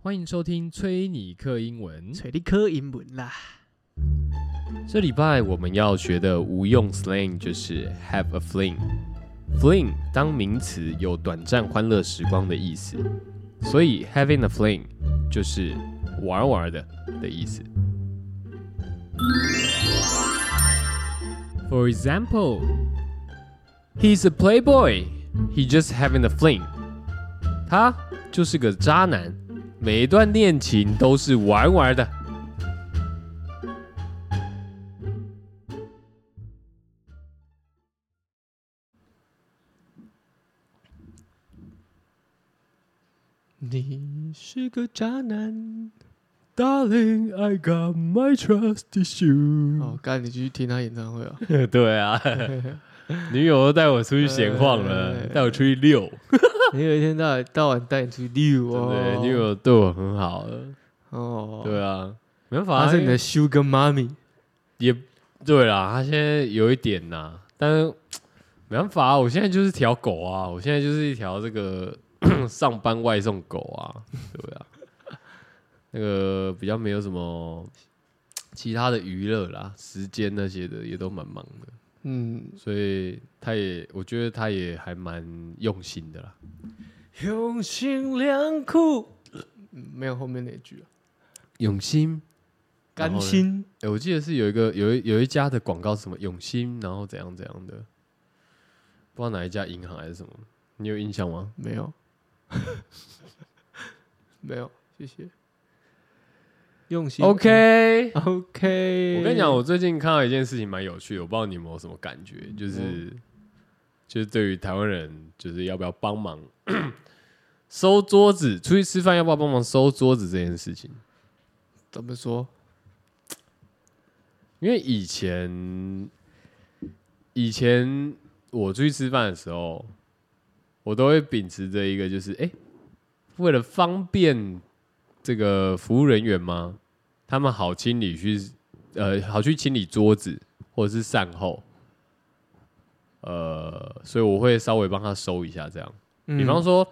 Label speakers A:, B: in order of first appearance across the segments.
A: 欢迎收听崔尼克英文。
B: 找你考英文啦。
A: 这礼拜我们要学的无用 slang 就是 have a fling。fling 当名词有短暂欢乐时光的意思，所以 having a fling 就是玩玩的的意思。For example, he's a playboy. He just having a fling. 他就是个渣男，每一段恋情都是玩玩的。
B: 你是个渣男。
A: Darling, I got my trust issue
B: 哦，刚才你去听他演唱会 啊？
A: 对啊，女友都带我出去闲晃 了，带我出去遛，
B: 你有一天到晚到晚带你出去溜
A: 对不
B: 哦。
A: 对？女友对我很好了，
B: 哦，，
A: 对啊，没办法，
B: 她是你
A: 因为
B: 的 Sugar Mommy。
A: 也对啦，她现在有一点呐，但是没办法，啊我现在就是条狗啊，我现在就是一条这个 上班外送狗啊，对啊，那个比较没有什么其他的娱乐啦，时间那些的也都蛮忙的。
B: 嗯，
A: 所以他也，我觉得他也还蛮用心的啦。
B: 用心良苦。嗯没有后面那句啊，
A: 用心，然后
B: 甘
A: 呢
B: 心。
A: 诶我记得是有一个有一有一家的广告是什么用心，然后怎样怎样的，不知道哪一家银行还是什么，你有印象吗？
B: 没有， 没有，谢谢。用心。嗯
A: OK，
B: OK。
A: 我跟你讲，我最近看到一件事情蛮有趣的，我不知道你有没有什么感觉，就是、就是对于台湾人，就是要不要帮忙 收桌子，出去吃饭要不要帮忙收桌子这件事情。
B: 怎么说？
A: 因为以前以前我出去吃饭的时候，我都会秉持着一个就是，哎、为了方便这个服务人员吗？他们好清理去呃好去清理桌子或者是善后，呃，所以我会稍微帮他收一下这样。
B: 嗯
A: 比方说，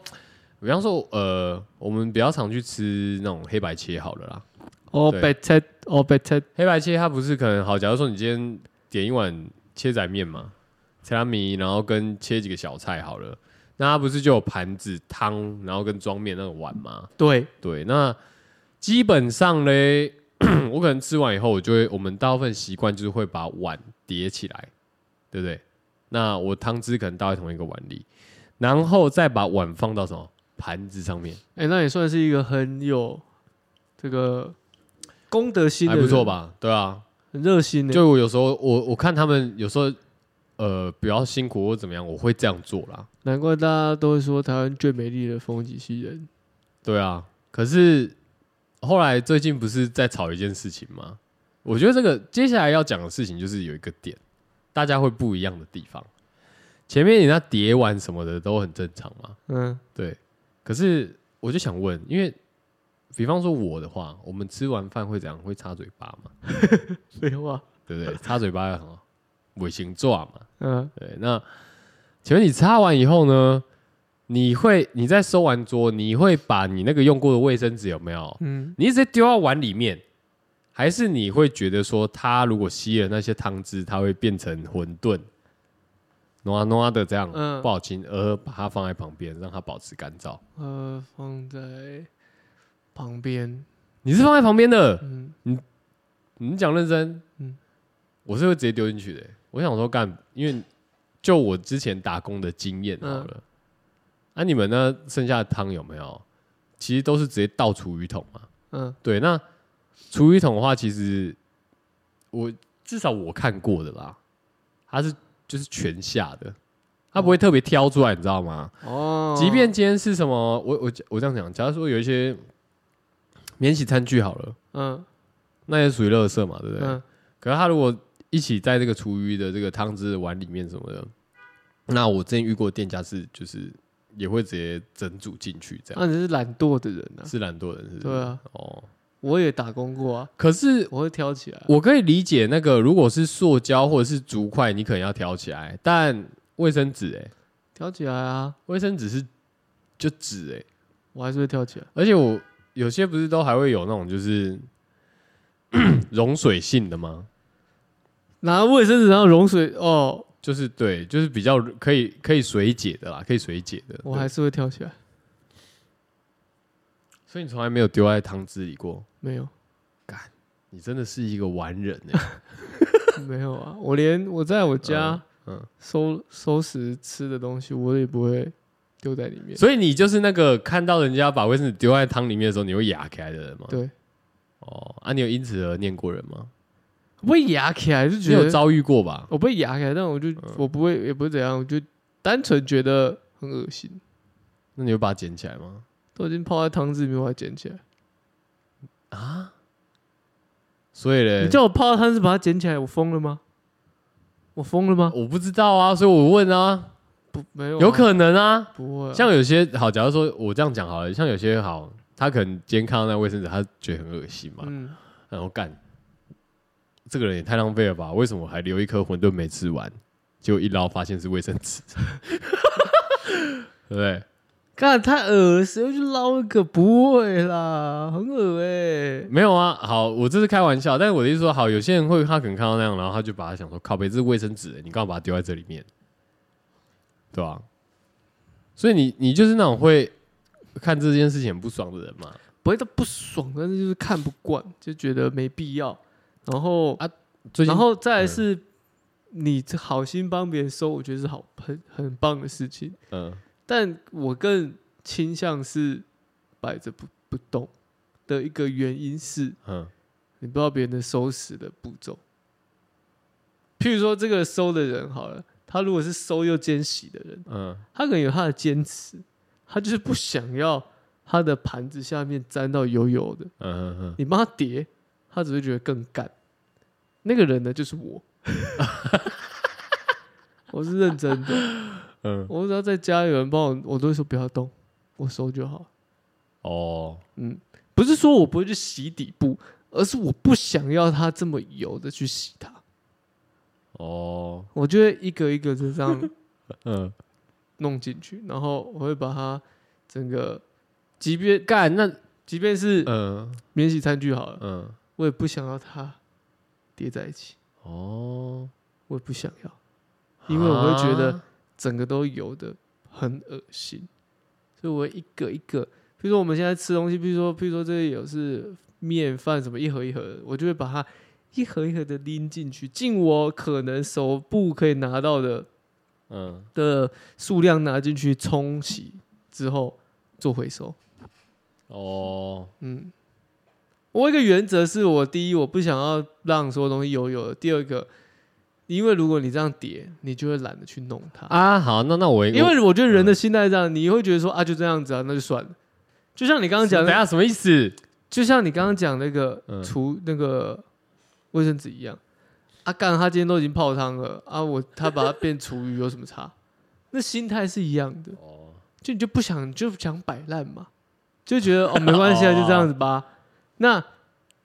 A: 比方说，呃，我们比较常去吃那种黑白切好了啦，
B: 哦，
A: 对
B: 白菜，哦，白菜，
A: 黑白切它不是可能好，假如说你今天点一碗切仔面嘛，切拉米，然后跟切几个小菜好了，那它不是就有盘子、汤，然后跟装面那种碗吗？
B: 对，
A: 对，那基本上嘞， 我可能吃完以后，我就会，我们大部分习惯就是会把碗叠起来，对不对？那我汤汁可能倒在同一个碗里，然后再把碗放到什么盘子上面，
B: 哎、那也算是一个很有这个公德心的，
A: 还不错？吧？对啊，
B: 很热心的、欸
A: 就我有时候我我看他们有时候呃比较辛苦或怎么样，我会这样做啦。
B: 难怪大家都会说台湾最美丽的风景是人。
A: 对啊，可是后来最近不是在吵一件事情吗？我觉得这个接下来要讲的事情就是有一个点，大家会不一样的地方。前面你那叠完什么的都很正常嘛，
B: 嗯，
A: 对。可是我就想问，因为比方说我的话，我们吃完饭会怎样？会擦嘴巴嘛，
B: 废话。
A: 对不对？擦嘴巴很好，尾行抓嘛。
B: 嗯，
A: 对，那请问你擦完以后呢？你会你在收完桌，你会把你那个用过的卫生纸有没有？
B: 嗯
A: 嗯，你直接丢到碗里面，还是你会觉得说，它如果吸了那些汤汁，它会变成混沌，挪啊挪啊的这样，
B: 嗯
A: 不好清，而把它放在旁边，让它保持干燥。
B: 呃，放在旁边。
A: 你是放在旁边的，
B: 嗯，
A: 你讲认真，嗯
B: 嗯，
A: 我是会直接丢进去的欸。我想说干，因为就我之前打工的经验好
B: 嗯
A: 了，啊，你们呢剩下的汤有没有？其实都是直接倒厨余桶嘛。
B: 嗯，
A: 对，那厨余桶的话，其实我至少我看过的啦，它是就是全下的，它不会特别挑出来，你知道吗？
B: 哦，
A: 即便今天是什么，我我我这样讲，假如说有一些免洗餐具好了，
B: 嗯
A: 那也属于垃圾嘛，对不对？
B: 嗯
A: 可是它如果一起在这个厨余的这个汤汁的碗里面什么的，那我之前遇过店家是就是也会直接整组进去，这样、
B: 那你是懒惰的人啊。
A: 是懒惰人是不是？
B: 对啊，
A: 哦，
B: 我也打工过啊，
A: 可是
B: 我会挑起来啊。
A: 我可以理解那个如果是塑胶或者是竹筷，你可能要挑起来，但卫生纸哎、
B: 挑起来啊，
A: 卫生纸是就纸哎、
B: 我还是会挑起来。
A: 而且我有些不是都还会有那种就是 溶水性的吗？
B: 拿卫生纸上溶水哦，
A: 就是对，就是比较可以可以水解的啦，可以水解的。
B: 我
A: 对
B: 还是会跳起来。
A: 所以你从来没有丢在汤汁里过，
B: 没有，
A: 你真的是一个完人 哎、
B: 没有啊！我连我在我家
A: 嗯嗯
B: 收收拾吃的东西，我也不会丢在里面。
A: 所以你就是那个看到人家把卫生纸丢在汤里面的时候，你会压起来的人吗？
B: 对，
A: 哦，啊，你有因此而念过人吗？
B: 我被压起来就
A: 你
B: 觉
A: 有
B: 得
A: 遭遇过吧？
B: 我被压起来，但我就我不会也不会怎样，我就单纯觉得很恶心。
A: 那你会把它捡起来吗？
B: 都已经泡在汤汁里面，我还捡起来。
A: 所以嘞
B: 你，叫我泡到汤汁把它捡起来，我疯了吗？我疯了吗？
A: 我不知道啊，所以我问啊，
B: 不，没有啊、
A: 有可能啊。
B: 不会啊、
A: 像有些好，假如说我这样讲好了，像有些好，他可能今天看到那卫生纸，他觉得很恶心嘛，
B: 嗯，
A: 然后干，这个人也太浪费了吧？为什么我还留一颗馄饨没吃完？结果一捞发现是卫生纸， 对不对？
B: 干太恶心，我就捞一个，不会啦，很恶哎、
A: 没有啊，好，我这是开玩笑，但是我的意思说，好，有些人会他可能看到那样，然后他就把他想说，靠背，这是卫生纸，欸你刚好把它丢在这里面，对吧、所以你你就是那种会看这件事情很不爽的人嘛？
B: 不会到不爽，但是就是看不惯，就觉得没必要。然后，
A: 啊最近
B: 然后再来是，你这好心帮别人收，我觉得是好很很棒的事情。
A: 嗯，
B: 但我更倾向是摆着不不动的一个原因是，
A: 嗯
B: 你不知道别人的收拾的步骤。譬如说，这个收的人好了，他如果是收又兼洗的人，
A: 嗯，
B: 他可能有他的坚持，他就是不想要他的盘子下面沾到油油的。
A: 嗯嗯嗯，
B: 你帮他叠，他只会觉得更干。那个人呢，就是我， 我是认真的。
A: 嗯，
B: 我只要在家有人帮我，我都会说不要动，我收就好。嗯
A: 哦，
B: 不是说我不会去洗底部，而是我不想要他这么油的去洗它。
A: 哦，
B: 我就会一个一个就这样
A: 嗯，
B: 弄进去，然后我会把它整个，即便
A: 干那，
B: 即便是
A: 嗯
B: 免洗餐具好了，
A: 嗯，
B: 我也不想要它叠在一起，
A: 哦，
B: 我也不想要，因为我会觉得
A: 啊，
B: 整个都油的很恶心，所以我会一个一个，比如说我们现在吃东西，比如说比如说这里有是面饭什么一盒一盒的，我就会把它一盒一盒的拎进去，尽我可能手部可以拿到的
A: 嗯，
B: 的数量拿进去冲洗之后做回收。
A: 哦，
B: 嗯，我有一个原则是我第一我不想要让所有东西油油的，第二个，因为如果你这样叠，你就会懒得去弄它。
A: 啊，好，那那我嗯
B: 因为我觉得人的心态是这样，你会觉得说啊，就这样子啊，那就算了。就像你刚刚讲
A: 等
B: 的，
A: 下什么意思？
B: 就像你刚刚讲那个
A: 嗯
B: 除那个卫生纸一样，啊，干他今天都已经泡汤了啊，我他把它变厨余有什么差？那心态是一样的，
A: 哦，
B: 就你就不想就不想摆烂嘛，就觉得哦没关系啊，就这样子吧。那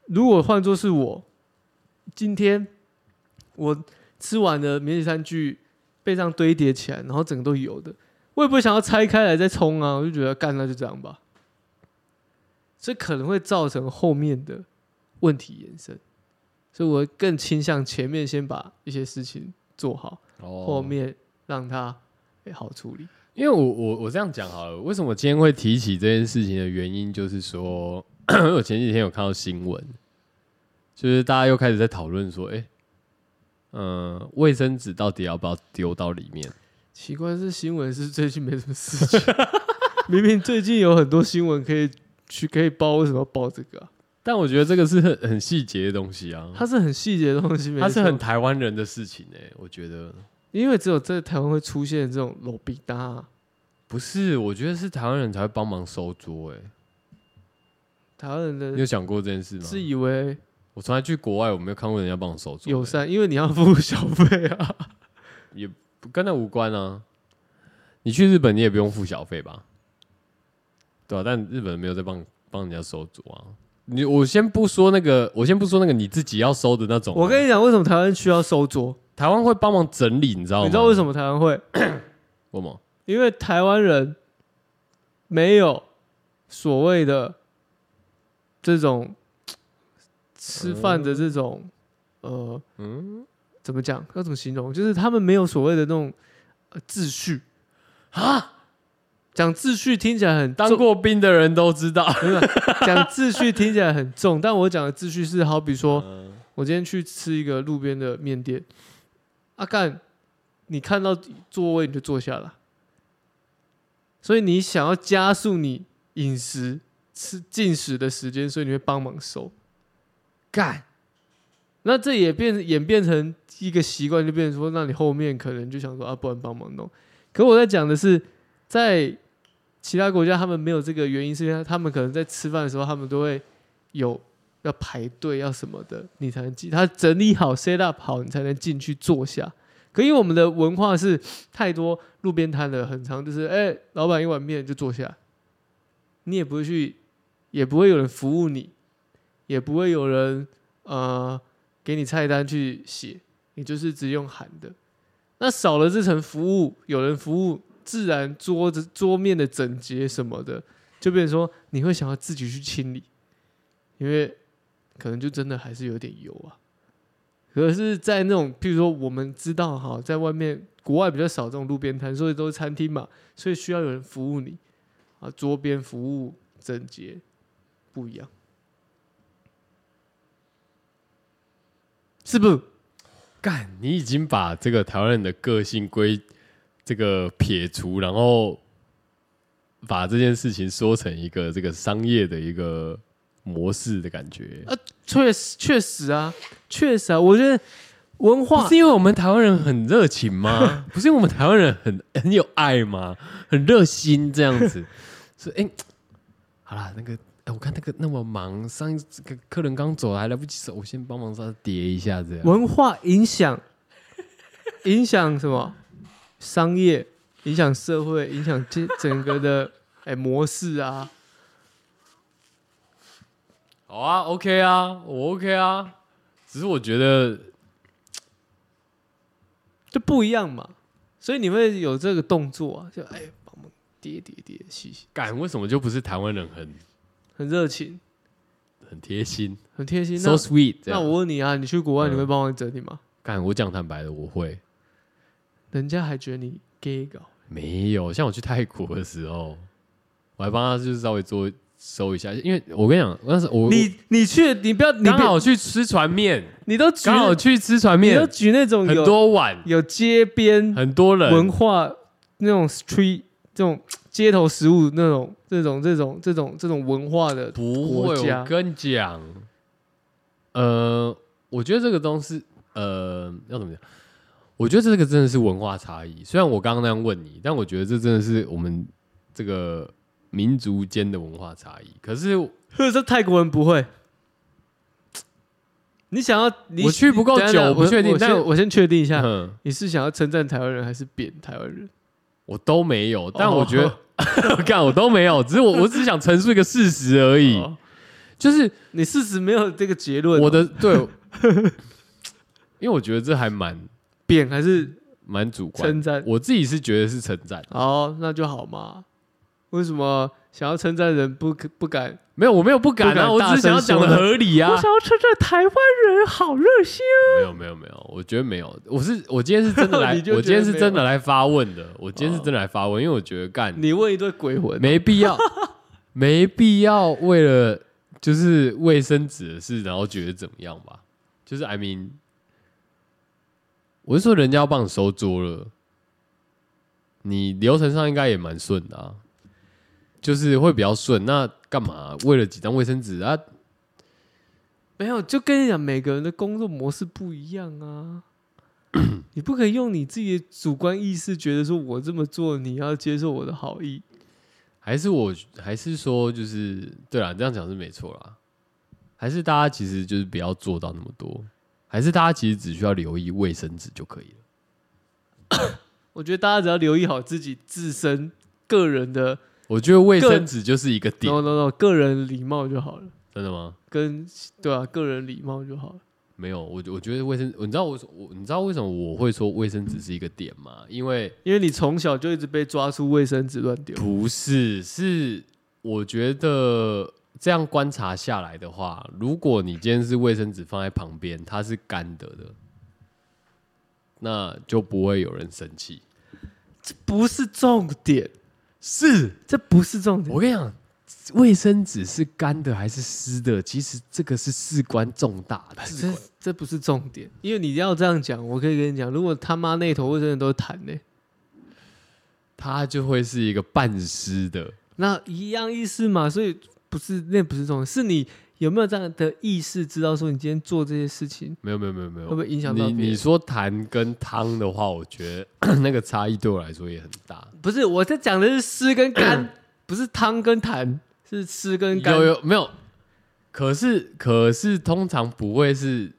B: 如果换作是我，今天我吃完了免洗餐具被这样堆叠起来，然后整个都油的，我也不会想要拆开来再冲啊，我就觉得干那就这样吧。这可能会造成后面的问题延伸，所以我更倾向前面先把一些事情做好，后
A: 哦，
B: 面让它诶好处理。
A: 因为我我我这样讲好了，为什么今天会提起这件事情的原因，就是说， 因为我前几天有看到新闻，就是大家又开始在讨论说，哎、嗯、卫生纸到底要不要丢到里面？
B: 奇怪，这新闻是最近没什么事情， 明明最近有很多新闻可以去可以报，为什么要报这个啊、
A: 但我觉得这个是很很细节的东西啊，
B: 它是很细节的东西，没
A: 它是
B: 错
A: 很，台湾人的事情哎、我觉得
B: 因为只有在台湾会出现这种裸比搭啊，
A: 不是，我觉得是台湾人才会帮忙收桌哎、
B: 台湾人
A: 你
B: 的
A: 有想过这件事吗？
B: 自以为
A: 我从来去国外，我没有看过人家帮我收桌、欸
B: 友善，因为你要付小费啊。
A: 跟那无关啊。你去日本，你也不用付小费吧？对啊，但日本没有在帮帮人家收足啊。你我先不说那个，我先不说那个你自己要收的那种啊、
B: 我跟你讲，为什么台湾需要收桌？
A: 台湾会帮忙整理，你知道吗？
B: 你知道为
A: 么？
B: 什么台湾会？
A: 为什么？
B: 因为台湾人没有所谓的这种吃饭的这种呃，
A: 嗯
B: 怎么讲？要怎么形容？就是他们没有所谓的那种、呃、秩序
A: 啊，
B: 讲秩序听起来很
A: 当
B: 重
A: 过兵的人都知道。
B: 没有讲秩序听起来很重，但我讲的秩序是好比说，
A: 嗯
B: 我今天去吃一个路边的面店，阿、干，你看到座位你就坐下了，所以你想要加速你饮食吃进食的时间，所以你会帮忙收。
A: 干，
B: 那这也变演变成一个习惯，就变成说，那你后面可能就想说啊，不然帮忙弄。可我在讲的是，在其他国家他们没有这个原因，是因为他们可能在吃饭的时候，他们都会有要排队要什么的，你才能进。他整理好 set up 好，你才能进去坐下。可因为我们的文化是太多路边摊了，很长就是哎、老板一碗面就坐下，你也不会去，也不会有人服务你，也不会有人呃给你菜单去写，你就是只用喊的。那少了这层服务，有人服务，自然桌子桌面的整洁什么的，就变成说你会想要自己去清理，因为可能就真的还是有点油啊。可是，在那种譬如说我们知道哈，在外面国外比较少这种路边摊，所以都是餐厅嘛，所以需要有人服务你啊，桌边服务整洁不一样，是不是？
A: 干，你已经把这个台湾人的个性归这个撇除，然后把这件事情说成一个这个商业的一个模式的感觉。
B: 确实，确实啊，确实啊，我觉得文
A: 不
B: 化
A: 是因为我们台湾人很热情 吗？不是因为我们台湾人很很有爱吗？很热心这样子， 所以哎、好啦，那个哎、我看那个那么忙，上一这个客人刚走还来不及走，我先帮忙稍微叠一下这样。
B: 文化影响影响什么商业，影响社会，影响这整个的 哎、模式啊。
A: 好啊，OK 啊，我 OK 啊，只是我觉得
B: 就不一样嘛，所以你会有这个动作啊，就哎，帮忙叠叠叠，洗洗，
A: 干为什么就不是台湾人很
B: 很热情，
A: 很贴心
B: 很贴心。
A: ，so
B: 那
A: sweet 这
B: 那
A: 样？
B: 我问你啊，你去国外
A: 嗯
B: 你会帮忙整理吗？
A: 干我讲坦白的，我会
B: 人家还觉得你 gay 搞，
A: 没有像我去泰国的时候，我还帮他就是稍微做收一下，因为我跟你讲，那时候我
B: 你你去，你不要，你
A: 刚
B: 不要
A: 好去吃船面，
B: 你都举
A: 刚好去吃船
B: 你都
A: 面，
B: 举那种
A: 很
B: 有
A: 多碗，
B: 有街边
A: 很多人
B: 文，化那种 street 这种街头食物那种这种这种这种这种文化的
A: 不
B: 国
A: 会，
B: 家
A: 我跟你讲，呃，我觉得这个东西，呃，要怎么讲？我觉得这个真的是文化差异。虽然我刚刚那样问你，但我觉得这真的是我们这个民族间的文化差异。可是
B: 或者说泰国人不会。你想要你
A: 我去不够
B: 等一下
A: 久
B: 等一下
A: 我不确定
B: 我先
A: 但
B: 我先确定一下，
A: 嗯，
B: 你是想要称赞台湾人还是贬台湾人？
A: 我都没有，但
B: 哦
A: 我觉得， 干、我都没有，只是我我只是想陈述一个事实而已，
B: 哦
A: 就是
B: 你事实没有这个结论哦，
A: 我的对，因为我觉得这还蛮
B: 贬还是
A: 蛮主观
B: 称
A: 的，
B: 赞？
A: 我自己是觉得是称赞，
B: 哦，那就好嘛。为什么想要称赞人不可不敢？
A: 没有我没有不敢
B: 不敢
A: 啊，我只是想要讲的
B: 大声说
A: 合理啊，
B: 要称赞台湾人好热心，
A: 没有没有没有，我觉得没有，我是我今天是真的来
B: 你就觉得
A: 我今天是
B: 没有哦
A: 真的来发问的，我今天是真的来发问，因为我觉得干
B: 你问一堆鬼魂，
A: 没必要，没必要为了就是卫生纸的事，然后觉得怎么样吧？就是 I mean，我是说人家要帮你收桌了，你流程上应该也蛮顺的啊，就是会比较顺。那干嘛为了几张卫生纸啊？
B: 没有，就跟你讲，每个人的工作模式不一样啊。你不可以用你自己的主观意识觉得说我这么做，你要接受我的好意。
A: 还是我还是说就是对啦，这样讲是没错啦。还是大家其实就是不要做到那么多，还是大家其实只需要留意卫生纸就可以了。
B: 我觉得大家只要留意好自己自身个人的
A: 我觉得卫生纸就是一个点
B: no，no no 个人礼貌就好了，
A: 真的吗？
B: 跟对啊，个人礼貌就好了。
A: 没有，我我觉得卫生，你知道我我你知道为什么我会说卫生纸是一个点吗？因为
B: 因为你从小就一直被抓出卫生纸乱丢，
A: 不是，是我觉得这样观察下来的话，如果你今天是卫生纸放在旁边，它是干的的，那就不会有人生气。
B: 这不是重点，
A: 是
B: 这不是重点。
A: 我跟你讲，卫生纸是干的还是湿的，其实这个是事关重大的。
B: 这这不是重点，因为你要这样讲，我可以跟你讲，如果他妈那头卫生纸都是痰呢、
A: 它就会是一个半湿的。
B: 那一样意思嘛。所以不是那不是重点，是你有没有这样的意识，知道说你今天做这些事情
A: 没有没有没有没
B: 会
A: 有
B: 不，会影响到
A: 你
B: 别人
A: 你说痰跟汤的话，我觉得 那个差异对我来说也很大。
B: 不是，我在讲的是湿跟 干，不是汤跟痰，是湿跟干。
A: 有有没有？可是可是通常不会是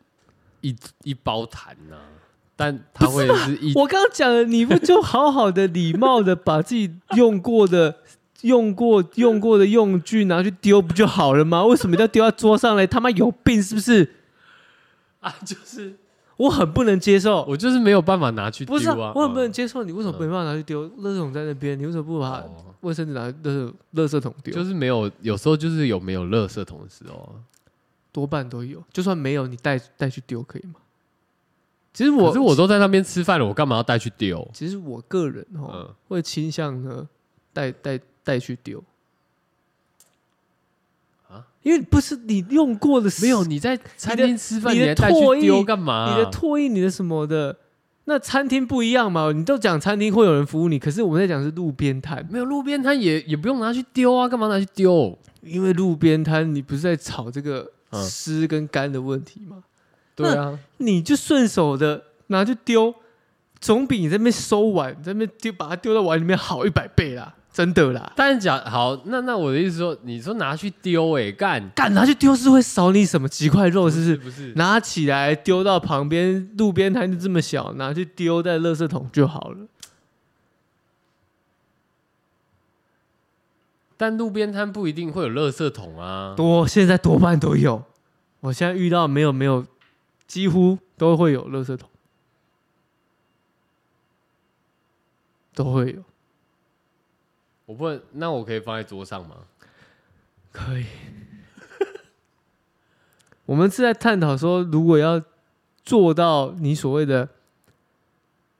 A: 一一包痰呐、但它会是一
B: 我刚刚讲了，你不就好好的、礼貌的把自己用过的、 用过、用过的用具拿去丢不就好了吗？为什么要丢到桌上来？他妈有病是不是？
A: 啊，就是
B: 我很不能接受。
A: 我就是没有办法拿去丢
B: 不是、啊，
A: 啊，
B: 我很不能
A: 嗯
B: 接受。你为什么没办法拿去丢？垃圾桶在那边，你为什么不把
A: 哦
B: 卫生纸拿去垃圾垃圾桶丢？
A: 就是没有，有时候就是有没有垃圾桶的时候啊。
B: 多半都有，就算没有，你带带去丢可以吗？其实我，
A: 可是我都在那边吃饭了，我干嘛要带去丢？
B: 其实我个人哦，
A: 嗯
B: 会倾向呢带带带去丢
A: 啊，
B: 因为不是你用过的，
A: 没有，你在餐厅吃饭，
B: 你
A: 你
B: 的
A: 还带
B: 唾
A: 去
B: 液
A: 丢干嘛、啊
B: 你的唾液，你的什么的。那餐厅不一样嘛，你都讲餐厅会有人服务你，可是我们在讲是路边摊，
A: 没有路边摊也也不用拿去丢啊，干嘛拿去丢？
B: 因为路边摊你不是在吵这个
A: 嗯
B: 湿跟干的问题吗？
A: 对啊，
B: 你就顺手的拿去丢，总比你在那边收碗，在那边丢把它丢到碗里面好一百倍啦，真的啦。
A: 但是假好，那那我的意思说，你说拿去丢、欸，哎，干
B: 敢拿去丢是会少你什么几块肉，是不是？
A: 不是？
B: 拿起来丢到旁边路边摊就这么小，拿去丢在垃圾桶就好了。
A: 但路边摊不一定会有垃圾桶啊。
B: 多现在多半都有，我现在遇到没有没有，几乎都会有垃圾桶，都会有。
A: 我不能，那我可以放在桌上吗？
B: 可以。 我们是在探讨说，如果要做到你所谓的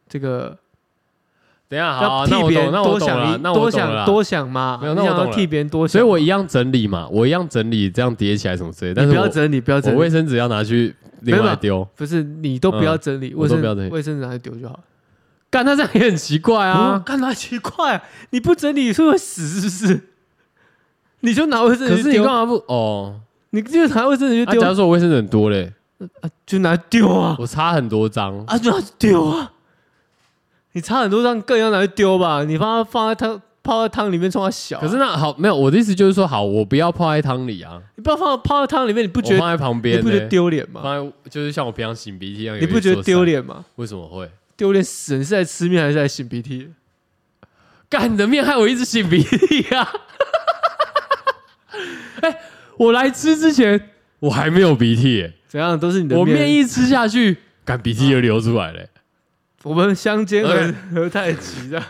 B: 这个，
A: 等一下，好、
B: 要
A: 啊，那
B: 替
A: 我
B: 别
A: 懂，
B: 人
A: 那
B: 多
A: 我懂
B: 想
A: 了，
B: 一
A: 那
B: 多
A: 我懂了
B: 想
A: 啦。
B: 多想嘛，
A: 没有那
B: 你
A: 我
B: 想要
A: 懂了
B: 替别人多想嘛，
A: 所以我一样整理嘛，我一样整理，这样叠起来什么之类的。但
B: 你
A: 是
B: 不要
A: 我
B: 整理，不要整
A: 我
B: 理
A: 卫，生纸要拿去另
B: 没有
A: 外
B: 嘛
A: 丢，
B: 不是你都不要整理，
A: 嗯
B: 卫
A: 我都不要
B: 生
A: 整理
B: 卫生纸拿去丢就好了。
A: 干那这样也很奇怪
B: 啊，
A: 啊。
B: 干嘛奇怪、啊？你不整理是会死是不是？你就拿卫生
A: 可
B: 纸去
A: 是你干
B: 丢，
A: 嘛不哦？
B: 你就拿卫生纸去
A: 啊，
B: 丢，
A: 假如说我卫生纸很多嘞，
B: 就拿去丢啊，
A: 我擦很多张，
B: 啊，就拿去丢啊。你差很多张更要拿去丢吧？你放放在汤泡在汤里面冲它小啊、
A: 可是那好没有，我的意思就是说，好，我不要泡在汤里啊，
B: 你不要放泡在汤里面，你不
A: 我
B: 觉得
A: 放在旁
B: 你
A: 边
B: 不觉得
A: 嘞，
B: 丢脸吗？
A: 放在就是像我平常擤鼻涕一样，
B: 你不觉得丢？脸吗？
A: 为什么会？
B: 丢脸死了！你是在吃面还是在擤鼻涕？
A: 干你的面害我一直擤鼻涕啊！ 哎，我来吃之前我还没有鼻涕耶，
B: 怎样都是你的
A: 我
B: 面啊
A: 面一吃下去，干鼻涕就流出来了。
B: 我们相煎何
A: 呃
B: 何太急的，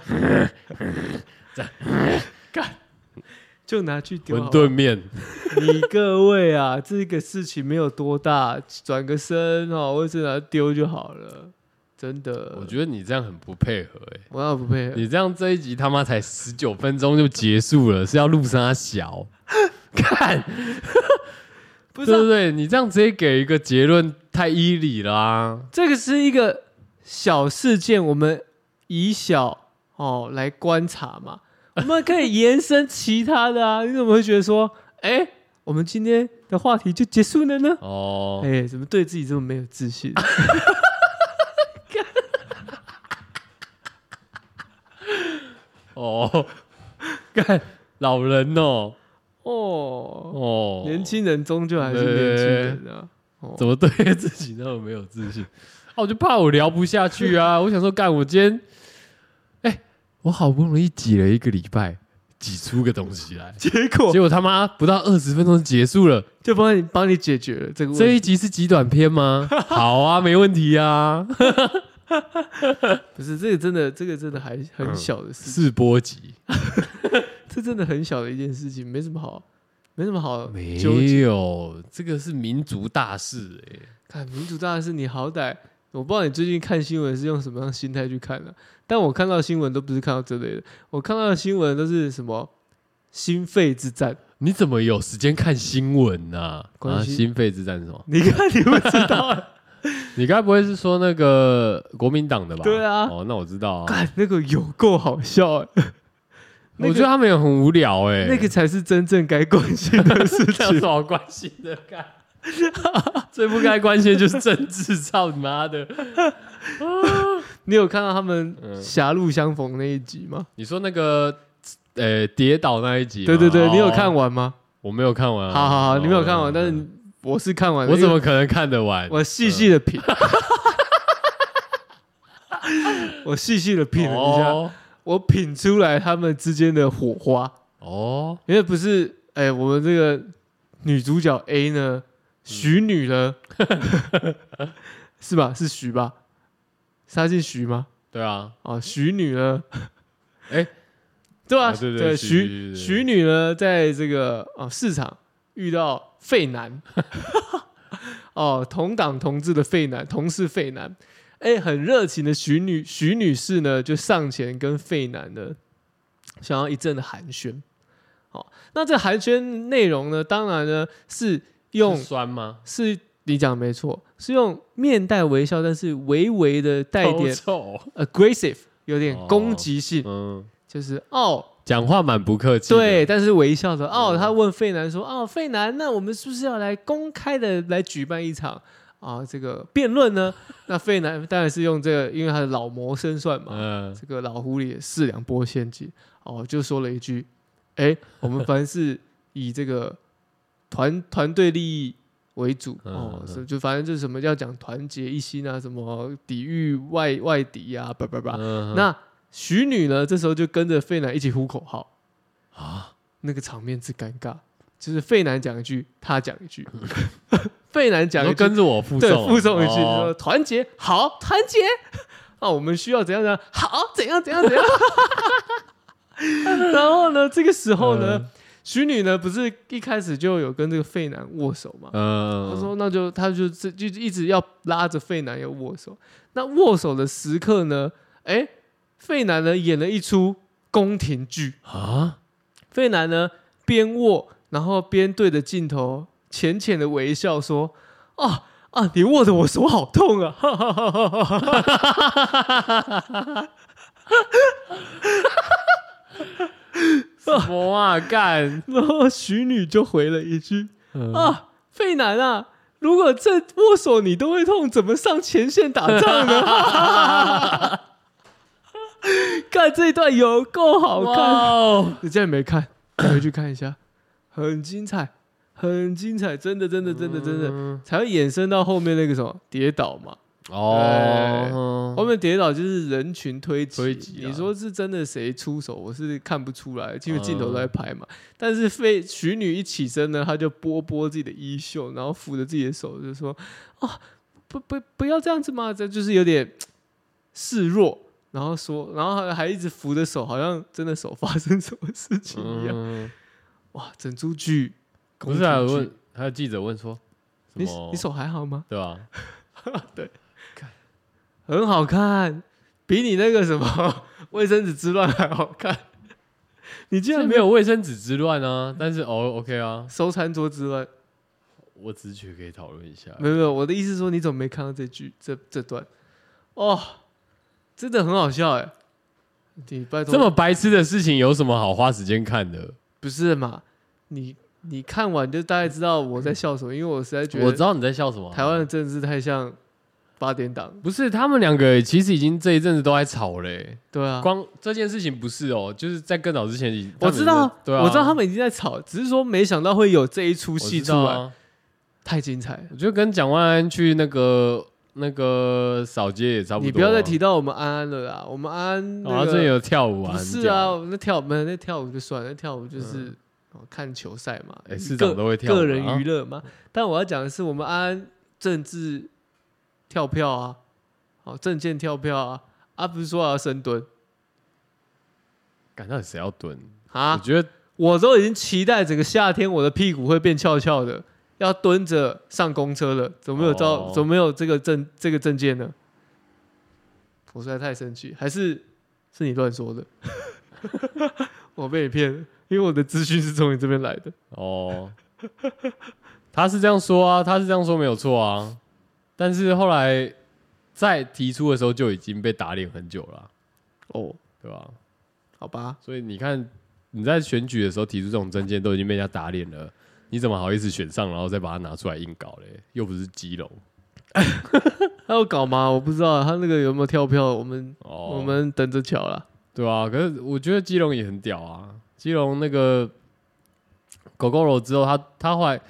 B: 干就拿去丢
A: 馄
B: 好
A: 饨面，
B: 不好。你各位啊，这个事情没有多大，转个身哦，或者拿去丢就好了，真的。
A: 我觉得你这样很不配合哎。
B: 我要不配啊合，
A: 你这样这一集他妈才十九分钟就结束了，是要录啥小？看，
B: 不是
A: 对
B: 啊、
A: 不对？你这样直接给一个结论，太啊依理啦、
B: 这个是一个小事件，我们以小哦来观察嘛， 我们可以延伸其他的啊。你怎么会觉得说，哎，我们今天的话题就结束了呢？
A: 哦，
B: 哎、怎么对自己这么没有自信？
A: 哦， 看老人哦，
B: 哦，
A: 哦，
B: 年轻人终究还是年轻人啊。
A: 怎么对自己那么没有自信？啊，我就怕我聊不下去啊！ 我想说，干，我今天，哎、我好不容易挤了一个礼拜，挤出个东西来，
B: 结果
A: 结果他妈不到二十分钟就结束了。
B: 就帮你帮你解决了这个
A: 这
B: 问
A: 一集
B: 题，
A: 是极短篇吗？ 好啊，没问题啊，
B: 不是这个真的，这个真的还很
A: 嗯
B: 小的事，
A: 四波集。
B: 这真的很小的一件事情，没什么好没什么好
A: 没
B: 纠结。
A: 有，这个是民族大事哎、
B: 看民主大事，你好歹我不知道你最近看新闻是用什么样的心态去看的、但我看到的新闻都不是看到这类的，我看到的新闻都是什么心肺之战。
A: 你怎么有时间看新闻呢、啊？
B: 关系
A: 心肺之战是什么？
B: 你看你不知道啊，
A: 你该不会是说那个国民党的吧？
B: 对 啊
A: 哦，那我知道啊。
B: 看那个有够好笑、欸，
A: 我
B: 那个
A: 觉得他们也很无聊哎、
B: 那个才是真正该关心的事
A: 这有什
B: 情。
A: 么关系的？干，最不该关心的就是政治，操你妈的！
B: 你有看到他们
A: 嗯
B: 狭路相逢那一集吗？
A: 你说那个呃跌倒那一集吗，
B: 对对对，你有看
A: 完？
B: 完吗？
A: 我没有看完啊。
B: 好好好，
A: 哦
B: 你没有看完，
A: 嗯
B: 但是我是看完的，
A: 我怎
B: 因为
A: 么可能看得完？
B: 我细细的品，我细细的品了一下，
A: 哦
B: 我品出来他们之间的火花，
A: 哦，
B: 因为不是哎、我们这个女主角 A 呢，徐女呢， 是吧？是徐吧？杀进徐吗？
A: 对啊，
B: 啊，徐女呢？
A: 哎
B: 对啊，
A: 啊对对
B: 对，
A: 徐
B: 徐
A: 徐
B: 徐女呢，在这个啊市场遇到废男， 哦，同党同志的废男，同是废男，哎，很热情的徐女徐女士呢，就上前跟废男呢，想要一阵的寒暄。哦，那这寒暄内容呢，当然呢是用
A: 是酸吗？
B: 是你讲得没错，是用面带微笑，但是微微的带一点
A: 口臭，
B: aggressive，有点
A: 哦
B: 攻击性，
A: 嗯，
B: 就是哦，
A: 讲话蛮不客气。
B: 对，，但是微笑着哦。
A: 嗯
B: 他问费南说：“哦，费南，那我们是不是要来公开的来举办一场啊、这个辩论呢？”那费南当然是用这个，因为他是老谋深算嘛，
A: 嗯，
B: 这个老狐狸也四两拨千斤哦，就说了一句：“哎，我们凡 是以这个团团队利益为主
A: 嗯
B: 哦，
A: 嗯
B: 是就反正就是什么要讲团结一心啊，什么抵御外外敌啊，叭叭叭。
A: 嗯
B: 那徐女呢，这时候就跟着费南一起呼口号，
A: 啊，
B: 那个场面之尴尬，就是费南讲一句，他讲 一句，费南讲
A: 讲
B: 一
A: 都
B: 句，
A: 跟着我附
B: 对
A: 送，
B: 附送一句，
A: 哦
B: 说团结好，团结 啊，我们需要怎样怎 样好，怎样怎样怎样。 然后呢，这个时候
A: 嗯
B: 呢，徐女呢不是一开始就有跟这个费南握手吗？
A: 嗯，
B: 他说：“那就他就就就一直要拉着费南要握手。那握手的时刻呢？哎，费南呢演了一出宫廷剧。
A: 啊，
B: 费南呢边握，然后边对着镜头浅浅的微笑说：‘啊啊，你握的我手好痛啊！’ 哈哈哈哈哈哈。
A: 什么啊，干，
B: 然后徐女就回了一句：‘
A: 嗯
B: 啊，费南啊，如果这握手你都会痛，怎么上前线打 仗呢？看这一段有够好
A: 哇
B: 看，
A: 哦，
B: 你竟然没看，你回去看一下，很精彩，很精彩，真的，真的，真的，真的，
A: 嗯
B: 才会衍生到后面那个什么跌倒嘛。
A: 哦，
B: 后面跌倒就是人群推挤，
A: 推挤啊
B: 你说是真的谁出手，我是看不出来，因为镜头都在拍嘛。但是费徐女一起身呢，她就拨拨自己的衣袖，然后扶着自己的手，就说：“啊，不不不要这样子嘛！”这就是有点嘖示弱，然后说，然后还还一直扶着手，好像真的手发生什么事情一样。
A: 嗯
B: 哇，整出剧
A: 不是还有
B: 宫廷
A: 问
B: 剧，
A: 还有记者问说，
B: 你
A: 什么
B: 你手还好吗？
A: 对吧？
B: 很好看，比你那个 什么卫生纸之乱还好看。你
A: 现
B: 竟
A: 在
B: 然没
A: 没
B: 有
A: 有卫生纸之乱啊，但是哦，OK 啊，
B: 收餐桌之乱？
A: 我只觉可以讨论一下。
B: 没有没有，我的意思是说你怎么没看到这句这这段？哦，真的很好笑哎！你拜托，
A: 这么白痴的事情有什么好花时间看的？
B: 不是嘛？你你看完就大概知道我在笑什么，因为嗯我实在觉
A: 我知
B: 得
A: 道你在笑什么啊。
B: 台湾的政治太像八点档，
A: 不是他们两个其实已经这一阵子都在吵嘞、
B: 对啊，
A: 光这件事情不是哦，就是在更早之前已，
B: 我知
A: 他们
B: 道
A: 已经，对啊，
B: 我知道他们已经在吵，只是说没想到会有这一出
A: 我
B: 戏
A: 知
B: 出
A: 道
B: 来，
A: 啊。
B: 太精彩了。
A: 我觉得跟蒋万安去那个那个扫街也差不多啊、
B: 你不要再提到我们安安了啦，我们安安、那
A: 哦，他
B: 个
A: 最近有跳舞啊，
B: 不是啊，我们那跳没有那跳舞就算了，那跳舞就是、哦看球赛嘛，
A: 嗯你讲，哎、
B: 一
A: 市
B: 个
A: 长都会跳舞啊、
B: 个人娱乐嘛。但我要讲的是，我们安安政治跳票啊，哦证件跳票啊，啊不是说要深蹲
A: 感到底谁要蹲？我
B: 啊？
A: 觉得
B: 我都已经期待整个夏天我的屁股会变翘翘的，要蹲着上公车了，怎么没有照？
A: 哦
B: 怎么没有这个证这个证件呢？我实在太生气，还是是你乱说的， 我被你骗了，因为我的资讯是从你这边来的。
A: 哦，他是这样说啊，他是这样说没有错啊，但是后来在提出的时候就已经被打脸很久了啊、
B: 哦，
A: 对吧、
B: 好吧，
A: 所以你看你在选举的时候提出这种证件都已经被人家打脸了，你怎么好意思选上然后再把它拿出来硬搞嘞？又不是基隆
B: 他有搞吗？我不知道啊他那个有没有跳票，我们、
A: 哦，
B: 我们等着瞧啦。
A: 对啊，可是我觉得基隆也很屌啊，基隆那个狗狗肉之后，他他后来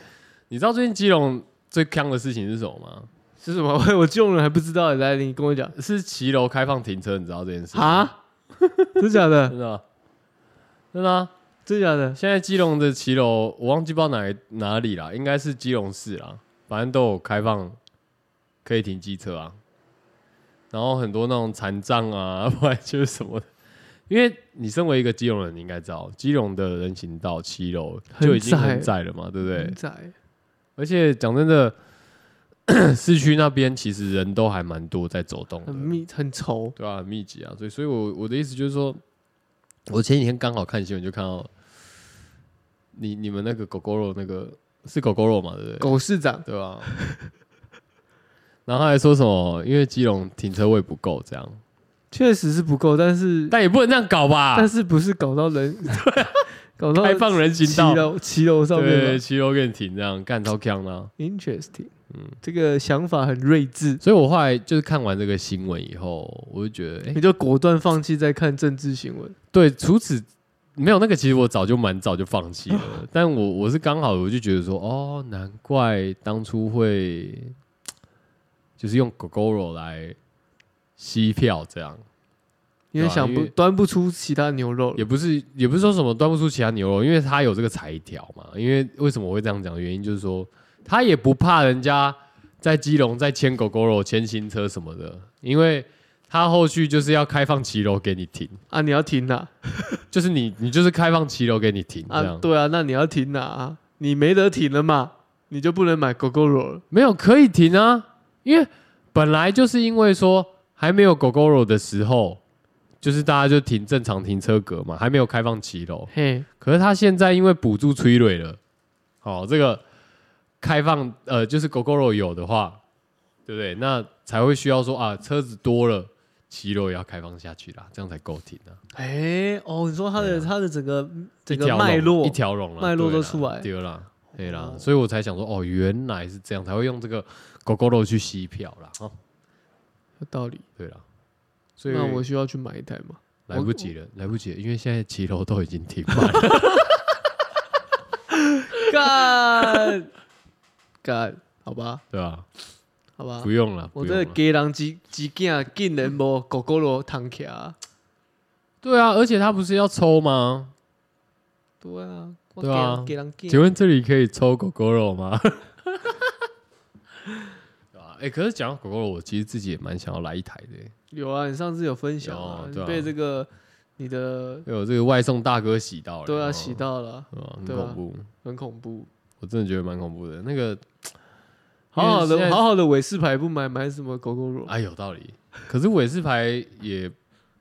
A: 你知道最近基隆最坑的事情是什么吗？
B: 是什么？ 我我救人还不知道，来你跟我讲
A: 是骑楼开放停车，你知道这件事吗？
B: 啊？ 真假的？
A: 真的啊，真的啊、
B: 真假的？
A: 现在基隆的骑楼，我忘记不知道哪哪里啦，应该是基隆市啦，反正都有开放可以停机车啊。然后很多那种残障啊， 不然就是什么的。因为你身为一个基隆人，你应该知道，基隆的人行道七楼
B: 很
A: 就已经很
B: 窄
A: 窄了嘛，对不对？
B: 很窄
A: 而且讲真的， 市区那边其实人都还蛮多在走动的
B: 很，密，很稠。
A: 对啊，很密集啊，所以，所以我我的意思就是说，我前几天刚好看新闻就看到你你们那个狗狗肉那个是狗狗肉嘛，对不对？
B: 狗市长
A: 对吧、然后他还说什么，因为基隆停车位不够这样，
B: 确实是不够，但是
A: 但也不能这样搞吧？
B: 但是不是搞到 人，搞到
A: 开放人行
B: 骑
A: 道，
B: 楼骑楼上面
A: 对，
B: 吗
A: 骑楼给你停这样，干超啊强啦、
B: ？Interesting，
A: 嗯
B: 这个想法很睿智，
A: 所以我后来就是看完这个新闻以后，我就觉得，哎、
B: 你就果断放弃再看政治新闻。
A: 对，除此没有那个，其实我早就蛮早就放弃了。但我我是刚好我就觉得说，哦，难怪当初会就是用狗狗肉来吸票，这样
B: 因为
A: 对啊
B: 想
A: 因
B: 不
A: 为
B: 端不出其他牛肉
A: 也
B: 了，
A: 不是也不是说什么端不出其他牛肉，因为它有这个裁条嘛。因为为什么我会这样讲？原因就是说他也不怕人家在基隆在牵狗狗肉、牵新车什么的，因为他后续就是要开放骑楼给你停，
B: 啊！你要停哪
A: 就是你你就是开放骑楼给你停这样
B: 啊？。对啊，那你要停哪啊？你没得停了嘛，你就不能买狗狗肉了。
A: 没有可以停啊，因为本来就是因为说还没有狗狗肉的时候，就是大家就停正常停车格嘛，还没有开放骑楼。
B: 嘿，
A: 可是他现在因为补助催蕊了，哦，这个开放呃就是狗狗肉有的话，对不对？那才会需要说啊，车子多了，骑楼也要开放下去啦，这样才够停啊。
B: 哎、哦，你说他的、
A: 对啊
B: 他的整个整
A: 一
B: 个
A: 条龙
B: 脉络
A: 一条龙啦
B: 脉络
A: 对
B: 都
A: 啦
B: 出来
A: 对啦，对啦
B: 哦，
A: 所以我才想说，哦，原来是这样，才会用这个狗狗肉去吸票啦，哦。
B: 有道理。
A: 对了，所以
B: 那我需要去买一台吗？
A: 来不及了，来不及了，因为现在骑楼都已经停满了。
B: 干干，好吧，
A: 对吧？
B: 好吧
A: 不，用了，
B: 啊我
A: 不
B: 这个
A: 用了。
B: 家人几几件竟然无狗狗罗躺起啊！
A: 对啊，而且他不是要抽吗？
B: 对啊，我
A: 对啊
B: 家人
A: 请
B: 见
A: 问这里可以抽狗狗肉吗？ 对啊，哎，可是讲到狗狗肉，我其实自己也蛮想要来一台的欸，
B: 有啊，你上次有分享啊，
A: 有
B: 你
A: 对啊
B: 被这个你的
A: 因为我哎这个外送大哥洗到了，
B: 都要
A: 哦
B: 啊洗，到了，
A: 对吧很
B: 对啊
A: 恐怖，
B: 很恐怖。
A: 我真的觉得蛮恐怖的。那个，
B: 好好
A: 因为现
B: 的
A: 在
B: 好好的韦氏牌不买，买什么狗狗肉？啊
A: 哎，有道理。可是尾视牌也